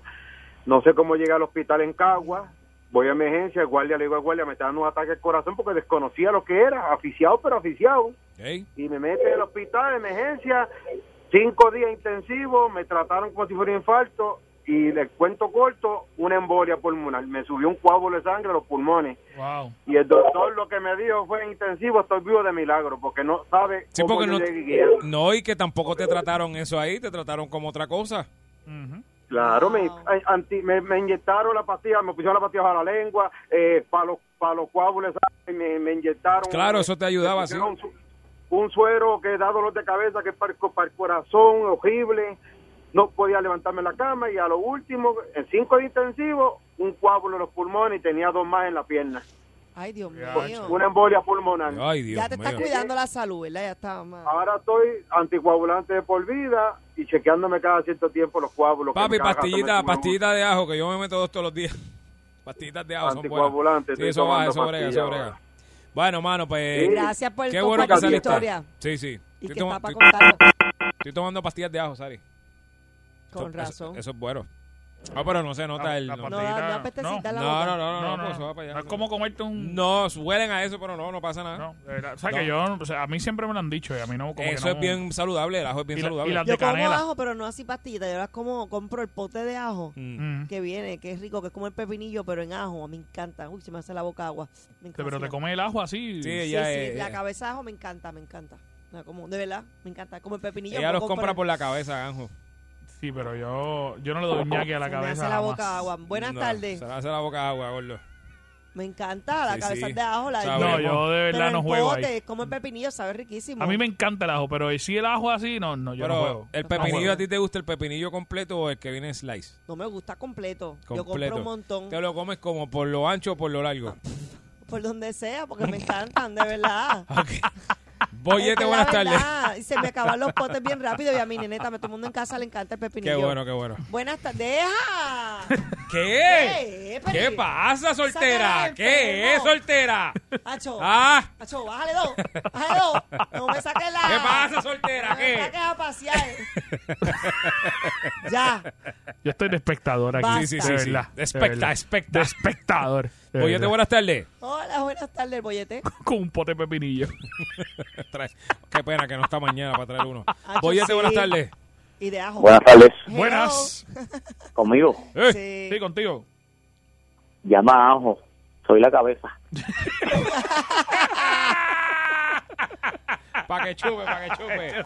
No sé cómo llegué al hospital en Cagua. Voy a emergencia, el guardia le digo al guardia, me está dando un ataque al corazón porque desconocía lo que era, asfixiado, pero asfixiado. Y me mete al hospital, emergencia, cinco días intensivos, me trataron como si fuera un infarto y les cuento corto, una embolia pulmonar. Me subió un coágulo de sangre a los pulmones. Wow. Y el doctor lo que me dijo fue en intensivo, estoy vivo de milagro, porque no sabe Sí, cómo porque yo no, llegué. no, y que tampoco te trataron eso ahí, te trataron como otra cosa. Claro, me, ay, anti- me, me inyectaron la pastilla, me pusieron la pastilla a la lengua, eh, para los, para los coágulos de sangre, me, me inyectaron. eh, Claro, eso te ayudaba, sí. un, su- un suero que da dolor de cabeza, que es para, el co- para el corazón, horrible. No podía levantarme de la cama y a lo último, en cinco de intensivo, un coágulo en los pulmones y tenía dos más en la pierna. Ay, Dios mío. Una embolia pulmonar. Ay, Ya te estás cuidando la salud, ¿verdad? Ya está más. Ahora estoy anticoagulante de por vida y chequeándome cada cierto tiempo los coágulos. que me Papi, cada rato me pastillita, tomo. pastillita de ajo, que yo me meto dos todos los días. Pastillitas de ajo son buenas. Anticoagulante, Sí, estoy eso va, tomando eso brega, pastilla eso brega. Bueno, mano, pues... Sí. Gracias por Qué tu bueno que saliste. historia. Sí, sí. Y Estoy que tomo- está para estoy- contarlo. Estoy tomando pastillas de ajo, Sari. Con Eso- razón. Eso, eso es bueno. Ah, pero no se nota La- el... la no- pastillita- No, no apetecita no, la no, boca. no, no, No, no, no. pues, eso va para allá. No es como comerte un- No, huelen a eso, pero no, no pasa nada. de verdad. O sea, que yo, o sea, a mí siempre me lo han dicho y a mí no. Como Eso que no- es bien saludable, el ajo es bien Y la- saludable. y las Yo como ajo, pero no así pastillitas. Yo las como, compro el pote de ajo Mm. que viene, que es rico, que es como el pepinillo, pero en ajo. Me encanta. Uy, se me hace la boca agua. Me encanta. Pero te come el ajo así. Sí, Sí, ella sí, es- eh. la cabeza de ajo me encanta, me encanta. La como, de verdad, me encanta. Como el pepinillo. Ella como los compra compro- por la cabeza, Anjo. Sí, pero yo, yo no le doy un ñaqui a la Se me hace cabeza. la boca jamás. agua. Buenas No, tardes. Se le hace la boca agua, gordo. Me encanta la Sí, cabeza sí. de ajo. La No, yo de verdad Pero no en juego ahí. pote, Como el pepinillo, sabe riquísimo. A mí me encanta el ajo, pero si el ajo así, no, no, yo Pero no juego. el No pepinillo, juego. ¿a ti te gusta el pepinillo completo o el que viene en slice? No me gusta completo. Yo Completo. compro un montón. Ah. ¿Te lo comes como por lo ancho o por lo largo? Por donde sea, porque me encantan, de verdad. Es que la Bollete, este, buenas tardes. verdad, Y se me acaban los potes bien rápido. Y a mi neneta, a todo el mundo en casa le encanta el Qué pepinillo. bueno, qué bueno. Buenas tardes. ¡Deja! ¿Qué? pero ¿Qué que- pasa, soltera? Sácala, ¿Qué es, enfermo. soltera? Acho, Ah. acho, bájale dos, bájale dos. No me saques la... ¿Qué pasa, soltera? No ¿Qué? me saques a pasear. Ya. Yo estoy de espectador aquí. Sí, sí, de sí, sí. verdad, de Especta- verdad. especta. Pues De espectador. de Bollete, verdad. buenas tardes. Hola, buenas tardes, el bollete. Con un pote de pepinillo. Trae- Qué pena que no está mañana para traer uno. Acho, Bollete, sí. buenas tardes. Y de ajo. Buenas tardes. Hello. Buenas. Conmigo. Eh, Sí, contigo. Llama a Ajo. Soy la cabeza. Para que chupe, para que chupe.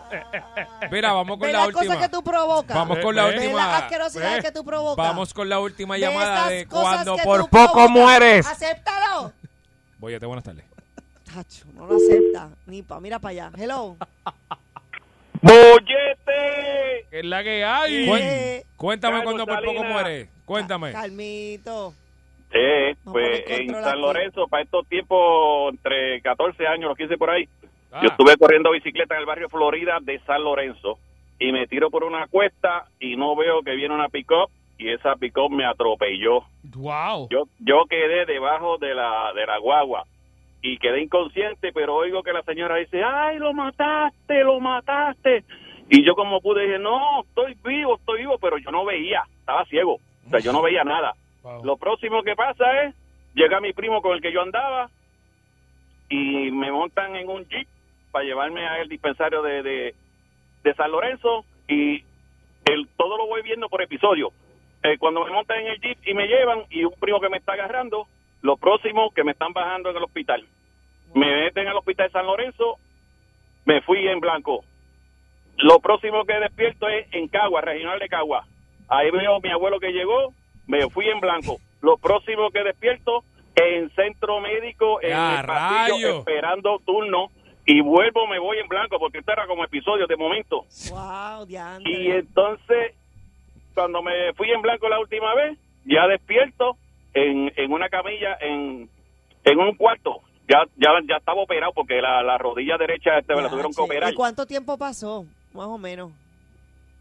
Mira, vamos con Ve la las cosas última. que tú provocas. Vamos con la Ve última. las asquerosidades Ve. que tú provocas. Vamos con la última Ve llamada esas de cosas cuando que por tú poco provocas. mueres. ¡Acéptalo! Bollete, este, buenas tardes. Tacho, no lo acepta. Ni pa, mira para allá. Hello. ¡Bollete! Es la que hay. Cuen- Cuéntame Carlos cuando por poco Salinas. mueres. Cuéntame. Calmito. Eh, No pues pones en control San aquí. Lorenzo, para estos tiempos, entre 14 años, los 15 por ahí, Ah. Ah. yo estuve corriendo bicicleta en el barrio Florida de San Lorenzo y me tiro por una cuesta y no veo que viene una pick-up y esa pick-up me atropelló. Wow. Yo, yo quedé debajo de la, de la guagua y quedé inconsciente, pero oigo que la señora dice, ay, lo mataste, lo mataste. Y yo como pude dije, no, estoy vivo, estoy vivo, pero yo no veía, estaba ciego, o sea, yo no veía nada. Lo próximo que pasa es, llega mi primo con el que yo andaba y me montan en un jeep para llevarme al dispensario de, de, de San Lorenzo y el, todo lo voy viendo por episodio. eh, cuando me montan en el jeep y me llevan y un primo que me está agarrando, los próximos que me están bajando en el hospital. Me meten al hospital San Lorenzo, me fui en blanco. Lo próximo que despierto es en Cagua, regional de Cagua. Ahí veo a mi abuelo que llegó, me fui en blanco. Lo próximo que despierto en centro médico, en ¡Ah, el pasillo, rayos! esperando turno. Y vuelvo, me voy en blanco, porque esto era como episodio de momento. Wow, Y entonces, cuando me fui en blanco la última vez, ya despierto en, en una camilla, en, en un cuarto. Ya, ya, ya estaba operado porque la, la rodilla derecha este, me la tuvieron que operar. ¿Y cuánto tiempo pasó? Más o menos.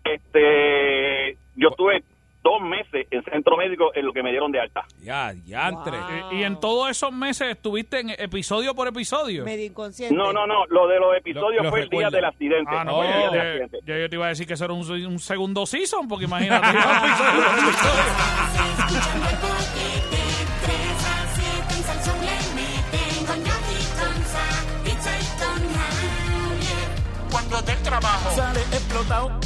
Este, yo estuve dos meses en centro médico en lo que me dieron de alta. Ya, diantre. Eh, Y en todos esos meses estuviste en episodio por episodio. Medio inconsciente. No, no, no. Lo de los episodios Lo- los fue el día recuerda. del accidente. Ah, no, Fue el día ya, del ya- accidente. ya yo te iba a decir que eso era un, un segundo season, porque imagínate. era episodio por episodio. Escuchando el bollete, 3 a 7 en Salsón le meten con Yogi, con Sa, pizza y con Javier. Cuando del trabajo sale explotado.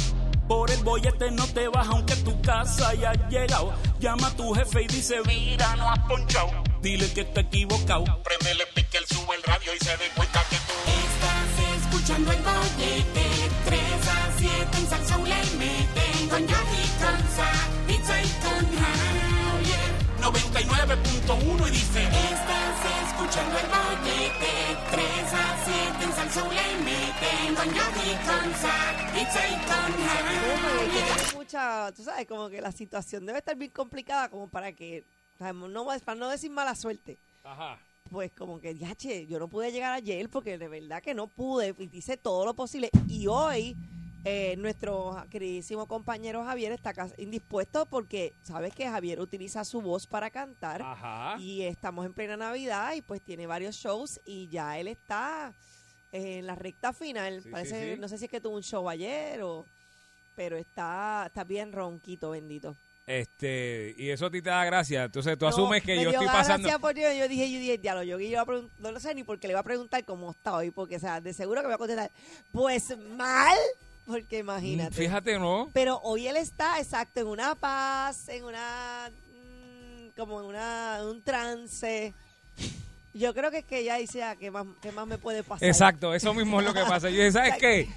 Por el bollete no te baja aunque tu casa haya llegado. Llama a tu jefe y dice, mira, no has ponchado. Dile que está equivocado. Prendele pique, él sube el radio y se dé cuenta que tú... Estás escuchando el bollete, 3 a 7 en Salsón le meten con Yogi, con Sa, pizza y con Javier. 99.1 y dice Estás escuchando el bollete 3 a 7 en Salsón le meten con Yogi, con Sa, pizza y con Javier. Hay mucha, tú sabes, como que la situación debe estar bien complicada como para que, o sea, no, para no decir mala suerte. Ajá. Pues como que, ya, che, yo no pude llegar ayer porque de verdad que no pude y hice todo lo posible. Y hoy eh, nuestro queridísimo compañero Javier está ca- indispuesto porque, ¿sabes que Javier utiliza su voz para cantar? Ajá. Y estamos en plena Navidad y pues tiene varios shows y ya él está eh, en la recta final. Parece, sí, sí. no sé si es que tuvo un show ayer o... Pero está, está bien ronquito, bendito. Este, y eso a ti te da gracia. Entonces tú No, asumes que me yo dio estoy gracia pasando. por Dios, yo dije, yo dije, diablo, yo, yo iba a pregun- no lo sé ni porque le iba a preguntar cómo está hoy, porque, o sea, de seguro que me va a contestar, pues mal, porque imagínate. Mm, Fíjate, ¿no? Pero hoy él está, exacto, en una paz, en una, mm, como en una, un trance. Yo creo que es que ya dice, ah, ¿qué más, qué más me puede pasar? Exacto, eso mismo es lo que pasa. Yo dije, ¿sabes qué?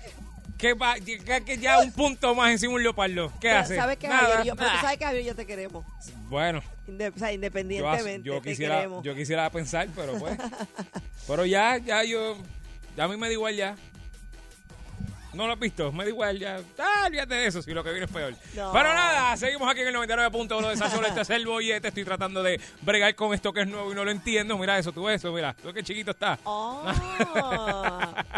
Que, va- que- que ya un punto más encima un leopardo. ¿Qué Pero hace? ¿Sabes que Nada. Javier y yo, pero tú Nah. sabes que Javier y yo te queremos? Bueno, Inde- o sea, yo, as- independientemente, yo te quisiera, queremos. yo quisiera pensar, pero pues. Pero ya, ya yo. Ya a mí me da igual ya. No lo has visto, me da igual ya. Ah, olvídate de eso, si lo que viene es peor. No. Pero nada, seguimos aquí en el 99.1 de Sazón. Este es el bollete. Estoy tratando de bregar con esto que es nuevo y no lo entiendo. Mira eso, tú ves eso, mira. Tú que chiquito está. Oh,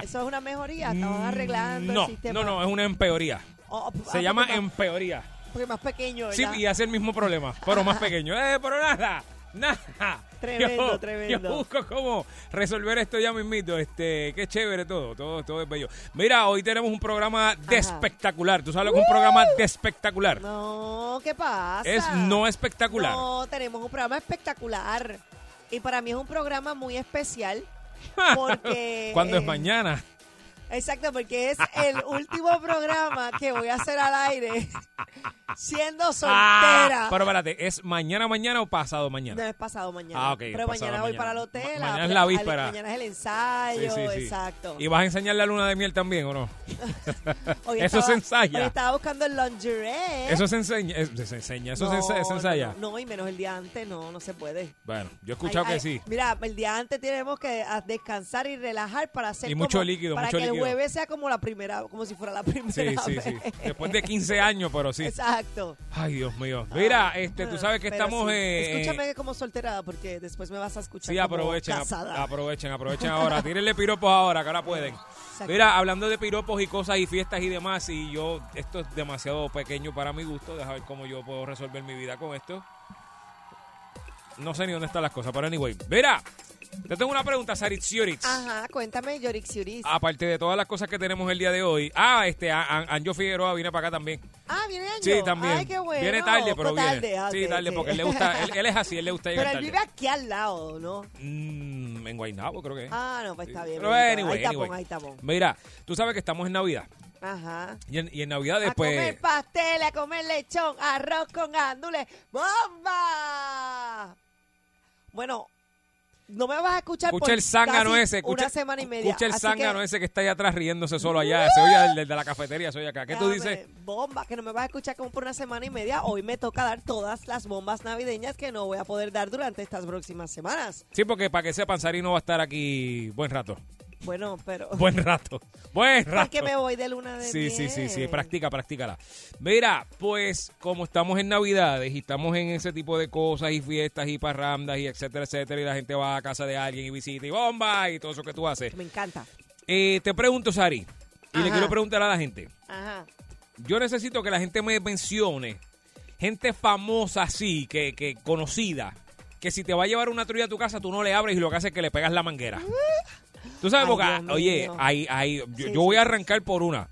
Eso es una mejoría, estamos arreglando Mm, No, el sistema. no, no, es una empeoría. Oh, ah, Se llama porque más- empeoría. Porque más pequeño, ¿verdad? Sí, y hace el mismo problema, pero más pequeño. Eh, pero nada, nada. Tremendo, Yo- tremendo. Yo busco cómo resolver esto ya mismito. Este, qué chévere todo, todo, todo es bello. Mira, hoy tenemos un programa de espectacular. ¿Tú sabes lo que es un programa de espectacular? No, ¿qué pasa? Es no espectacular. No, tenemos un programa espectacular. Y para mí es un programa muy especial. Porque. Cuando es eh, mañana. Exacto, porque es el último programa que voy a hacer al aire siendo soltera. Ah, pero espérate, ¿es mañana, mañana o pasado mañana? No es pasado mañana. Ah, ok, Pero pasado mañana voy mañana. para el hotel. Ma- mañana a- es la a- víspera. Mañana es el ensayo, Sí, sí, sí. exacto. ¿Y vas a enseñar la luna de miel también o no? Hoy Eso estaba- se ensaya. Hoy estaba buscando el lingerie. Eso se enseña, eh, se enseña, eso se No, ense- se no, ensaya. No, no, y menos el día antes, no, no se puede. Bueno, yo he escuchado Ay, que ay, sí. Mira, el día antes tenemos que a- descansar y relajar para hacer Y mucho como- líquido, para mucho que líquido. el jueves sea como la primera, como si fuera la primera Sí, sí, vez. sí. Después de 15 años, pero sí. Exacto. Ay, Dios mío. Mira, este, tú sabes que Ah, Pero estamos... sí. eh, Escúchame como solterada porque después me vas a escuchar Sí, como aprovechen, ap- casada. aprovechen, aprovechen ahora. Tírenle piropos ahora, que ahora pueden. Mira, hablando de piropos y cosas y fiestas y demás, y yo, esto es demasiado pequeño para mi gusto, deja ver cómo yo puedo resolver mi vida con esto. No sé ni dónde están las cosas, pero anyway. Mira, te tengo una pregunta, Sarit Sioritz. Ajá, cuéntame, Yorick Siuris. Aparte de todas las cosas que tenemos el día de hoy. Ah, este, An- An- Anjo Figueroa viene para acá también. Ah, viene Anjo. Sí, también. Ay, qué bueno. Viene tarde, pero Pues viene. tarde, sí, ok, tarde, ok. porque él le gusta, él, él es así, él le gusta llegar Pero él tarde. vive aquí al lado, ¿no? Mm, en Guaynabo, creo que es. Ah, no, pues está bien. Pero bonito. anyway, Hay tapón, anyway. hay tapón. Mira, tú sabes que estamos en Navidad. Ajá. Y en, y en Navidad A después. comer pastel, a comer lechón, arroz con gandules. ¡Bomba! Bueno, no me vas a escuchar Escucha por el zángano casi ese. Escucha, una semana y media. escucha el Así zángano que, ese que está allá atrás riéndose solo allá. Se oye desde la cafetería, se oye acá. ¿Qué tú déjame, dices? Bomba, que no me vas a escuchar como por una semana y media. Hoy me toca dar todas las bombas navideñas que no voy a poder dar durante estas próximas semanas. Sí, porque para que sepan, Sarino va a estar aquí buen rato. Bueno, pero... Buen rato. Buen rato. Porque me voy de luna de Sí, sí, sí, sí, miel. practica, practícala. Mira, pues como estamos en Navidades y estamos en ese tipo de cosas y fiestas y parrandas y etcétera, etcétera, y la gente va a casa de alguien y visita y bomba y todo eso que tú haces. Me encanta. Eh, te pregunto, Sari, y le Ajá. quiero preguntar a la gente. Ajá. Yo necesito que la gente me mencione gente famosa así, que, que conocida, que si te va a llevar una trulla a tu casa, tú no le abres y lo que haces es que le pegas la manguera. Tú sabes, Ay, porque, ah, Dios mío. oye, hay, hay- yo, Sí, yo voy sí. a arrancar por una.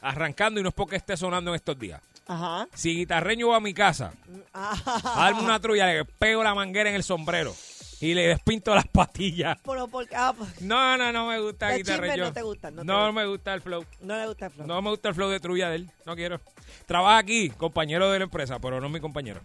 Arrancando y no es porque esté sonando en estos días. Ajá. Si guitarreño va a mi casa, a Ah. darme una trulla, le pego la manguera en el sombrero y le despinto las patillas. Pero porque... ah, pues, No, no, no me gusta Los guitarreño. chismes no te gustan, no te No gustan. me gusta el flow. no le gusta el flow. No me gusta el flow de trulla de él. No quiero. Trabaja aquí, compañero de la empresa, pero no es mi compañero.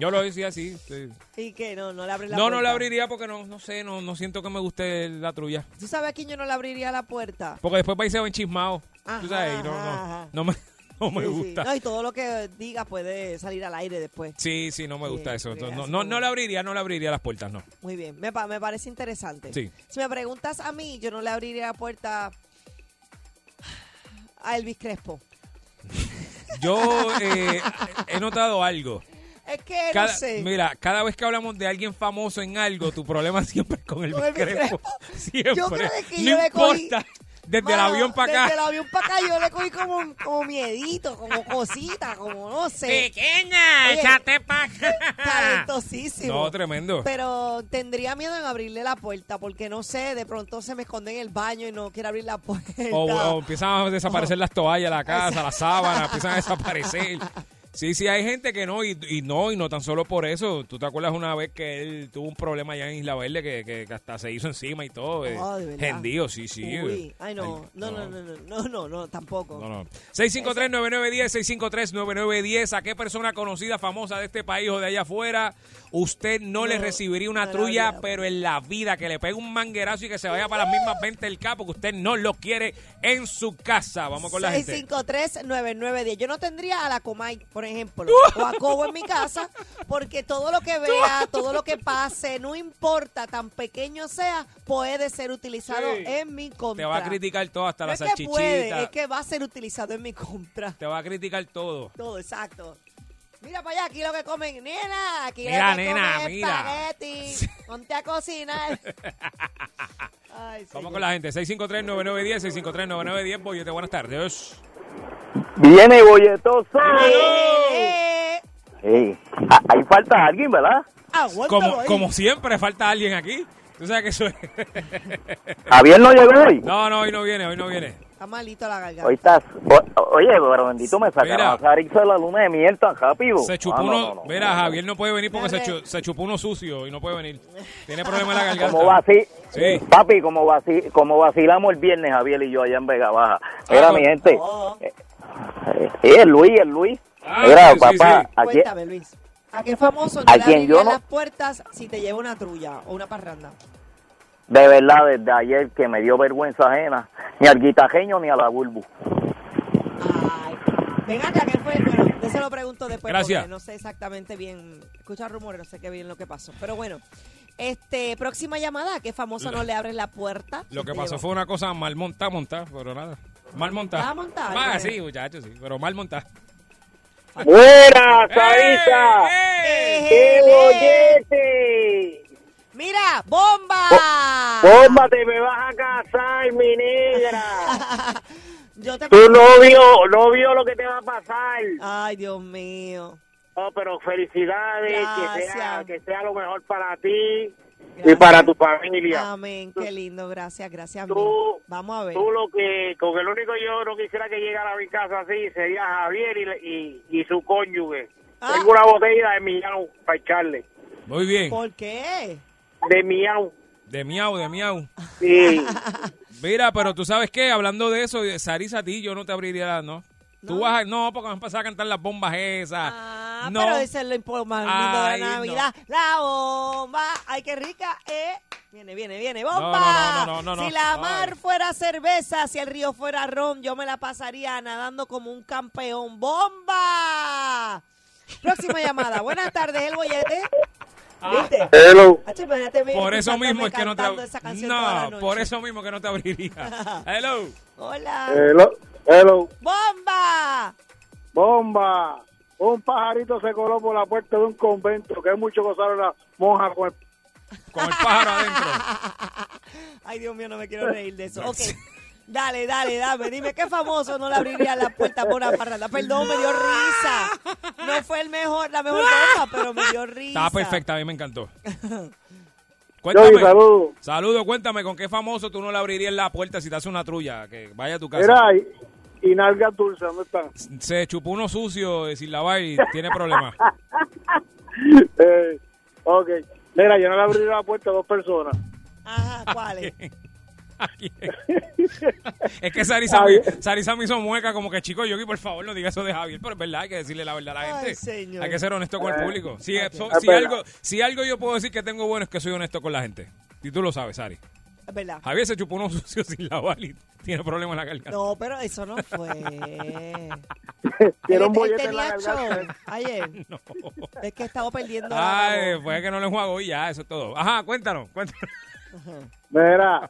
Yo lo decía así. sí. Y que no, no le abres la No, puerta. no le abriría porque no, no sé, no, no siento que me guste la trulla. ¿Tú sabes a quién yo no le abriría la puerta? Porque después va y se va enchismado. Ajá, Tú sabes, y no, ajá, no, no me, no me Sí, sí. gusta. No, y todo lo que diga puede salir al aire después. Sí, sí, no me gusta eso. porque Entonces, no, así no, no le abriría, no le abriría las puertas, no. Muy bien, me, pa- me parece interesante. Sí. Si me preguntas a mí, yo no le abriría la puerta a Elvis Crespo. Yo eh, he notado algo. Es que Cada- no sé. Mira, cada vez que hablamos de alguien famoso en algo, tu problema siempre es con el Con el Crespo. Siempre. Yo creo que no yo le cogí- importa. Desde el Mano, avión para acá. Desde el avión para acá yo le cogí como, un- como miedito, como cosita, como no sé. Pequeña, échate para acá. Talentosísimo. No, tremendo. Pero tendría miedo en abrirle la puerta porque no sé, de pronto se me esconde en el baño y no quiere abrir la puerta. O, o empiezan a desaparecer las toallas, la casa, las sábanas, empiezan a desaparecer. Sí, sí, hay gente que no, y, y no, y no tan solo por eso. ¿Tú te acuerdas una vez que él tuvo un problema allá en Isla Verde que, que hasta se hizo encima y todo? eh, Ah, ¿de verdad? Gendío, sí, sí. Uy, eh. ay no, no, no, no, no, no, no, no, tampoco. No, no. 653-9910, 653-9910. ¿A qué persona conocida, famosa de este país o de allá afuera usted no, le recibiría una no le trulla, habría. pero en la vida, que le pegue un manguerazo y que se vaya para las mismas 20 del capo, que usted no lo quiere en su casa? Vamos con la gente. 653-9910. Yo no tendría a la Comay, por ejemplo, o a Cobo en mi casa, porque todo lo que vea, todo lo que pase, no importa, tan pequeño sea, puede ser utilizado Sí. en mi contra. Te va a criticar todo, hasta No la es que puede, es salchichita. que va a ser utilizado en mi contra. Te va a criticar todo. Todo, exacto. Mira para allá, aquí lo que comen, nena, aquí Mira, lo que nena, comen es mira. espagueti, ponte a cocinar. Ay, Vamos con la gente. 653-9910, 653-9910. Boyete, buenas tardes. Viene bolletoso. Ey, ah, ahí falta alguien, ¿verdad? Como, como siempre, falta alguien aquí. Tú sabes que eso es. Javier no llegó hoy. No, no, hoy no viene, hoy no viene. Está malito la garganta. Hoy estás. o- oye, pero bendito me sacaron Mira. a Sarix de la luna de miel tan rápido. Se chupó Ah, no, uno. no, no. mira, Javier no puede venir porque se, Mira, chu- se chupó uno sucio y no puede venir. Tiene problema en la garganta. Como vaci- Sí. Papi, como, vaci- como vacilamos el viernes, Javier y yo allá en Vega Baja. Mira, Ah, mi no. gente. Oh. Sí, Eh, el Luis, el Luis. Ah, Mira, sí, papá, sí. aquí. Cuéntame, Luis. ¿A qué famoso ¿A no le quién yo abrirías no? las puertas si te lleva una trulla o una parranda? De verdad, desde ayer que me dio vergüenza ajena, ni al guitajeño ni a la bulbu. Ven acá, ¿qué fue? Bueno, yo se lo pregunto después Gracias. porque no sé exactamente bien. Escucha rumores, no sé qué bien lo que pasó. Pero bueno, este próxima llamada, ¿a qué famoso no le abres la puerta? Lo si que te pasó lleva? fue una cosa mal montada, montada, pero nada. Mal montada. Ah, montada, Ah, bueno. sí, muchachos, sí, pero mal montada. ¡Eh, ¡Buena, Sarita! ¡Qué bollete! Este. Mira, bomba. Ah, ¡Cómate, me vas a casar, mi negra! Yo te- Tu novio, no vio lo que te va a pasar. Ay, Dios mío. Oh, pero felicidades, que sea, Gracias. que sea lo mejor para ti y Gracias. para tu familia. Amén, qué lindo, gracias, gracias. Tú- mil. Vamos a ver. Tú lo que, Eh, con el único yo no quisiera que llegara a mi casa así, sería Javier y, y, y su cónyuge. Ah. Tengo una botella de miau para echarle. Muy bien. ¿Por qué? De miau. De miau, de miau. Sí. Mira, pero tú sabes qué, hablando de eso, de Sarisa a ti, yo no te abriría la, ¿no? Tú vas a, no, porque me vas a pasar a cantar las bombas esas. Ah, no. pero ese es lo impo- más lindo de Ay, la no. Navidad. La bomba. Ay, qué rica, ¿eh? Viene, viene, viene. No, no, no, ¡Bomba! no, no, no, si no. la Ay. mar fuera cerveza, si el río fuera ron, yo me la pasaría nadando como un campeón. ¡Bomba! Próxima llamada. Buenas tardes, el bollete. ¿Viste? Hello. Hacho, imagínate, mira, Ah. Por eso escuchándome mismo es que no te cantando esa canción toda la No, noche. por eso mismo que no te abriría. Hello. Ah. Hola. Hello, Eh, hello. ¡Bomba! ¡Bomba! Un pajarito se coló por la puerta de un convento, que es mucho gozar la monja con el Ay, Dios mío, no me quiero reír de eso. Ok. Dale, dale, dame. Dime qué famoso no le abriría la puerta por una parranda. Perdón, me dio risa. No fue el mejor, la mejor cosa, pero me dio risa. Estaba pues- perfecta, a mí me encantó. Yogi, saludo. Saludo, cuéntame, ¿con qué famoso tú no le abrirías la puerta si te hace una trulla? Que vaya a tu casa. Mira, y, y nalgas dulces, ¿dónde están? Se chupó uno sucio eh, sin lavar y tiene problemas. Eh, ok. Mira, yo no le abrí la puerta a dos personas. Ajá, ¿cuáles? Es que Sarisa, me- Sarisa me hizo mueca como que, chico, Yogi, por favor, no diga eso de Javier, pero es verdad, hay que decirle la verdad a la Ay, gente. señor. Ah, Hay que ser honesto Eh, con el público. Si, Ok. so- Es si verdad. algo, si algo yo puedo decir que tengo bueno es que soy honesto con la gente. Y tú lo sabes, Sari. Es verdad. Javier se chupó unos sucios sin lavar y tiene problemas en la garganta. No, pero eso no fue. Él- Tiene un él bollete en la tenía garganta. show ayer. Es que estaba perdiendo. Ah. la- Ay, fue que no lo enjuagó y ya, eso es todo. Ajá, cuéntanos, cuéntanos. Mira,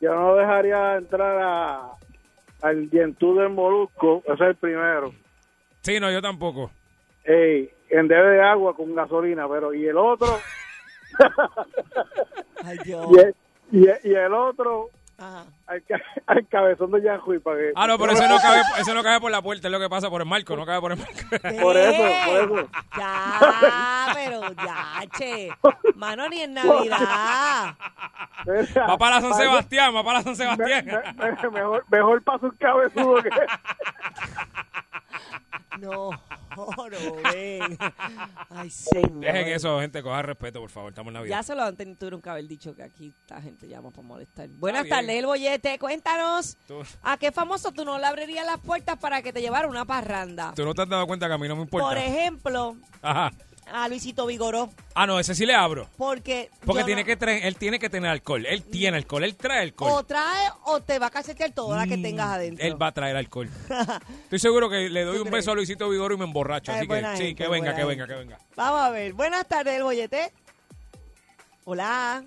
yo no dejaría entrar a, al dientud del molusco, ese es el primero. Sí, no, yo tampoco. Ey, en debe de agua con gasolina, pero y el otro. Ay, Dios. Y el, y el- y el otro. Al, ca- al cabezón de Yanjuy para que. Ah, no, pero ese no cabe, ese no cabe por la puerta, es lo que pasa por el marco, no cabe por el marco. Por eso, por eso. Ya, Ah, pero ya, che. Mano, ni en Navidad. Va para San Sebastián, va para San Sebastián. mejor, mejor para sus cabezudos que. No, no, ven. Ay, señor. Dejen eso, gente, coja respeto, por favor, estamos en Navidad. Ya se lo han tenido tuvieron que haber dicho que aquí esta gente llama para molestar. Buenas bien. tardes, El Bollete. Cuéntanos, Tú- ¿a qué famoso tú no le abrirías las puertas para que te llevara una parranda? Tú no te has dado cuenta que a mí no me importa. Por ejemplo, Ajá. a Luisito Vigoró, Ah, no, ese sí le abro. porque... Porque yo tiene no- que traer- él tiene que tener alcohol. Él tiene alcohol, él trae O alcohol. Mm, trae o te va a cachetear toda la que tengas adentro. Él va a traer alcohol. Estoy seguro que le doy un beso a Luisito Vigoro y me emborracho. Ay, Así que Eh, buena sí, gente, que buena venga, que gente. venga, que venga. Vamos a ver. Buenas tardes, El Bollete. Hola.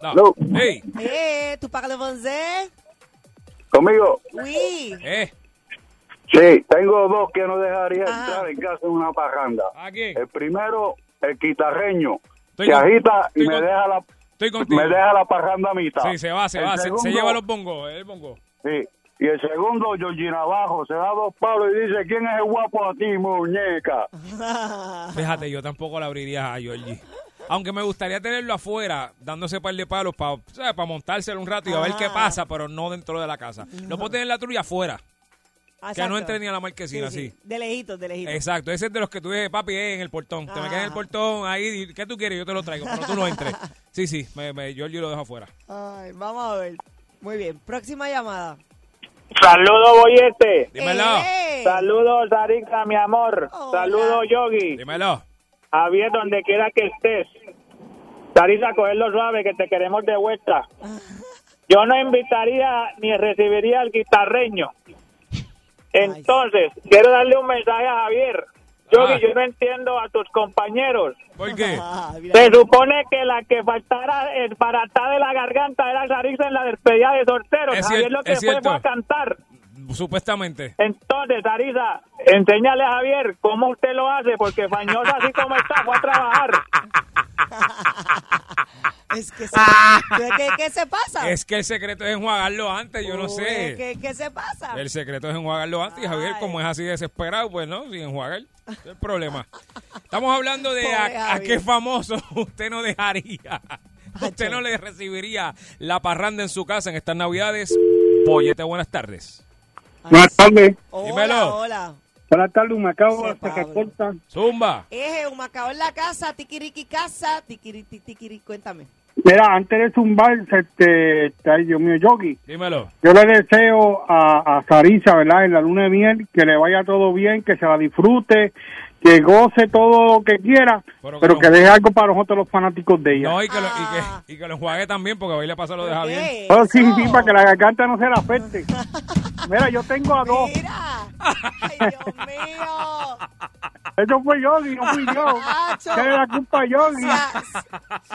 No. Hello. Hey. Eh, ¿tú pagas le français? ¿Conmigo? Oui. Eh. Sí, tengo dos que no dejaría entrar en casa en una parranda. El primero, el guitarreño. se con- agita y estoy me con- deja la contigo. me deja la parranda a mitad. Sí, se va, se El va. se- Se, segundo- lleva los bongos, eh, el bongo. Sí. Y el segundo, Georgina Abajo, se da dos palos y dice, ¿quién es el guapo a ti, muñeca? Fíjate, yo tampoco la abriría a Georgie. Aunque me gustaría tenerlo afuera, dándose par de palos para montárselo un rato y a ver qué pasa, pero no dentro de la casa. Lo puedo tener la trulla afuera, que Exacto. no entre ni a la marquesina, así. De lejitos, de lejitos. Exacto, ese es de los que tú dices, papi, eh, en el portón. Te me quedas en Ah. el portón, ahí, di- ¿qué tú quieres? Yo te lo traigo, pero tú no entres. Sí, sí, me, me- Georgie lo dejo afuera. Ay, vamos a ver. Muy bien. Próxima llamada. Saludos, Boyete. Dímelo. Saludos, Sarita, mi amor. Saludos, Yogi. Dímelo. Javier, donde quiera que estés. Sarita, cogerlo suave, que te queremos de vuelta. Yo no invitaría ni recibiría al guitarreño. Entonces, quiero darle un mensaje a Javier. Yogi, Ah. yo no entiendo a tus compañeros. ¿Por qué? Se supone que la que faltara el baratá de la garganta era Sarisa en la despedida de solteros. Es Javier cier- lo que es fue cierto. fue a cantar. Supuestamente. Entonces, Sarisa, enséñale a Javier cómo usted lo hace, porque Fañosa, así como está, fue a trabajar. Es que se, ¿qué, qué se pasa? Es que el secreto es enjuagarlo antes, yo no sé. ¿Qué, qué se pasa? El secreto es enjuagarlo antes. Y Javier, como es así desesperado, pues no, sin enjuagar. Ese es el problema. Estamos hablando de Pobre a, a Javier. qué famoso usted no dejaría. Ah, Usted no le recibiría la parranda en su casa en estas navidades. Pollete, buenas tardes. Buenas tardes. Oh. Dímelo. Hola. Buenas tardes, me acabo hasta que corta. Zumba. Eje, un macao en la casa, tiquiriqui casa, tiquiriqui, tiquiri, cuéntame. Mira, antes de zumbar, este, este, ay Dios mío, Yogi, Dímelo. yo le deseo a, a Sarisa, ¿verdad? En la luna de miel, que le vaya todo bien, que se la disfrute, que goce todo lo que quiera, pero, que deje algo para nosotros los fanáticos de ella. No, y que, lo, Ah. y, que, y que lo enjuague también, porque hoy le pasa lo de Javier. Oh, sí, sí, para que la garganta no se la afecte. Mira, yo tengo a dos. Eso fue Yogi, no fui yo. Nacho. Tiene la culpa Yogi.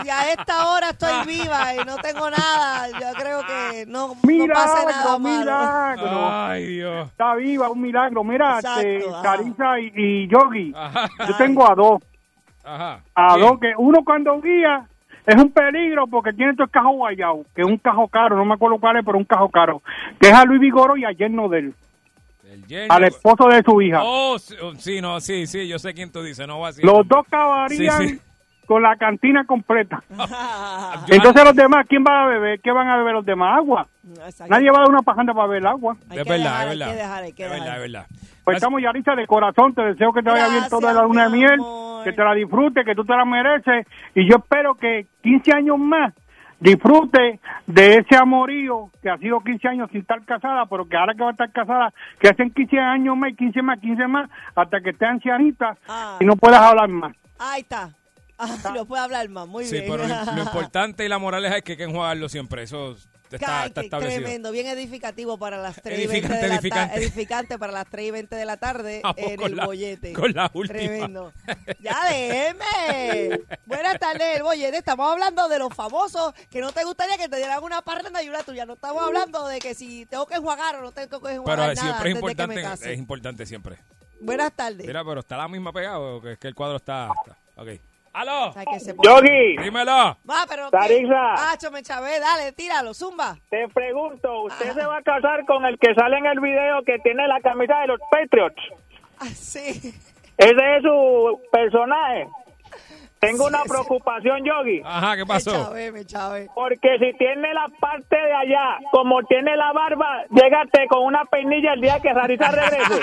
Si a esta hora estoy viva y no tengo nada, yo creo que no, no Milagro, pasa nada Ah. malo. milagro. Ay, Dios. Está viva, un milagro. Mira, Exacto, este, ajá. Sarisa y, y Yogi, Ajá. yo tengo a dos. Ajá. A Sí. dos, que uno cuando guía es un peligro porque tiene todo el cajo guayao, que es un cajo caro, no me acuerdo cuál es, pero un cajo caro. Que es a Luis Vigoro y a Yerno del, Jenny. al esposo de su hija. Oh, sí, oh, sí, no, sí, sí, yo sé quién tú dices, no va así. Los dos acabarían Sí, sí. con la cantina completa. Entonces los demás, ¿quién va a beber? ¿Qué van a beber los demás? Agua. Nadie va a dar una pajanda para beber agua. Es verdad, es verdad. Es verdad, es verdad. Pues estamos, Yarisa, de corazón, te deseo que te vaya bien toda la luna de miel, que te la disfrutes, que tú te la mereces, y yo espero que 15 años más disfrute de ese amorío que ha sido 15 años sin estar casada, pero que ahora que va a estar casada, que hacen 15 años más, y 15 más, 15 más, hasta que esté ancianita y no puedas hablar más. Ahí está. Ah, no puede hablar más, muy Sí, bien. pero lo, lo importante y la moraleja es que hay que enjuagarlo siempre, eso está, Ay, está qué establecido. tremendo, bien edificativo para las 3 y 20 de Edificante, la edificante. tarde. Edificante para las 3 y 20 de la tarde Vamos en con el la- bollete. con la última. Tremendo. Ya déjeme. Buenas tardes, el bollete. Estamos hablando de los famosos que no te gustaría que te dieran una parranda y una tuya. No estamos hablando de que si tengo que enjuagar o no tengo que enjuagar Pero nada siempre antes de que es me importante, case. es importante siempre. Buenas tardes. Mira, pero está la misma pegada, o que es que el cuadro está... está- Ok. ¡Aló! Yogi. Dímelo. Va, Ah, pero. Sarisa. Ah, chome Chávez, dale, tíralo, zumba. Ah, Te pregunto, ¿usted se va a casar con el que sale en el video que tiene la camisa de los Patriots? Ah, sí. Ese es su personaje. Tengo una preocupación, Yogi. Ajá, Ah, ¿qué Chávez, me Chávez. Porque si tiene la parte de allá, como tiene la barba, llégate con una peinilla el día que Sarisa regrese.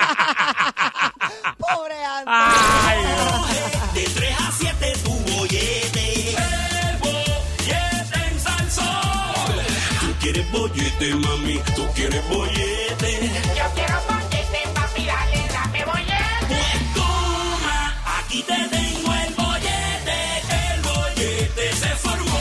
Pobre Antonio. De 3 a 7 tu bollete. El bollete en Salsón. Tú quieres bollete, mami. Tú quieres bollete. Yo quiero bollete, papi. Dale, dame bollete. Pues toma, aquí te tengo el bollete. El bollete se formó.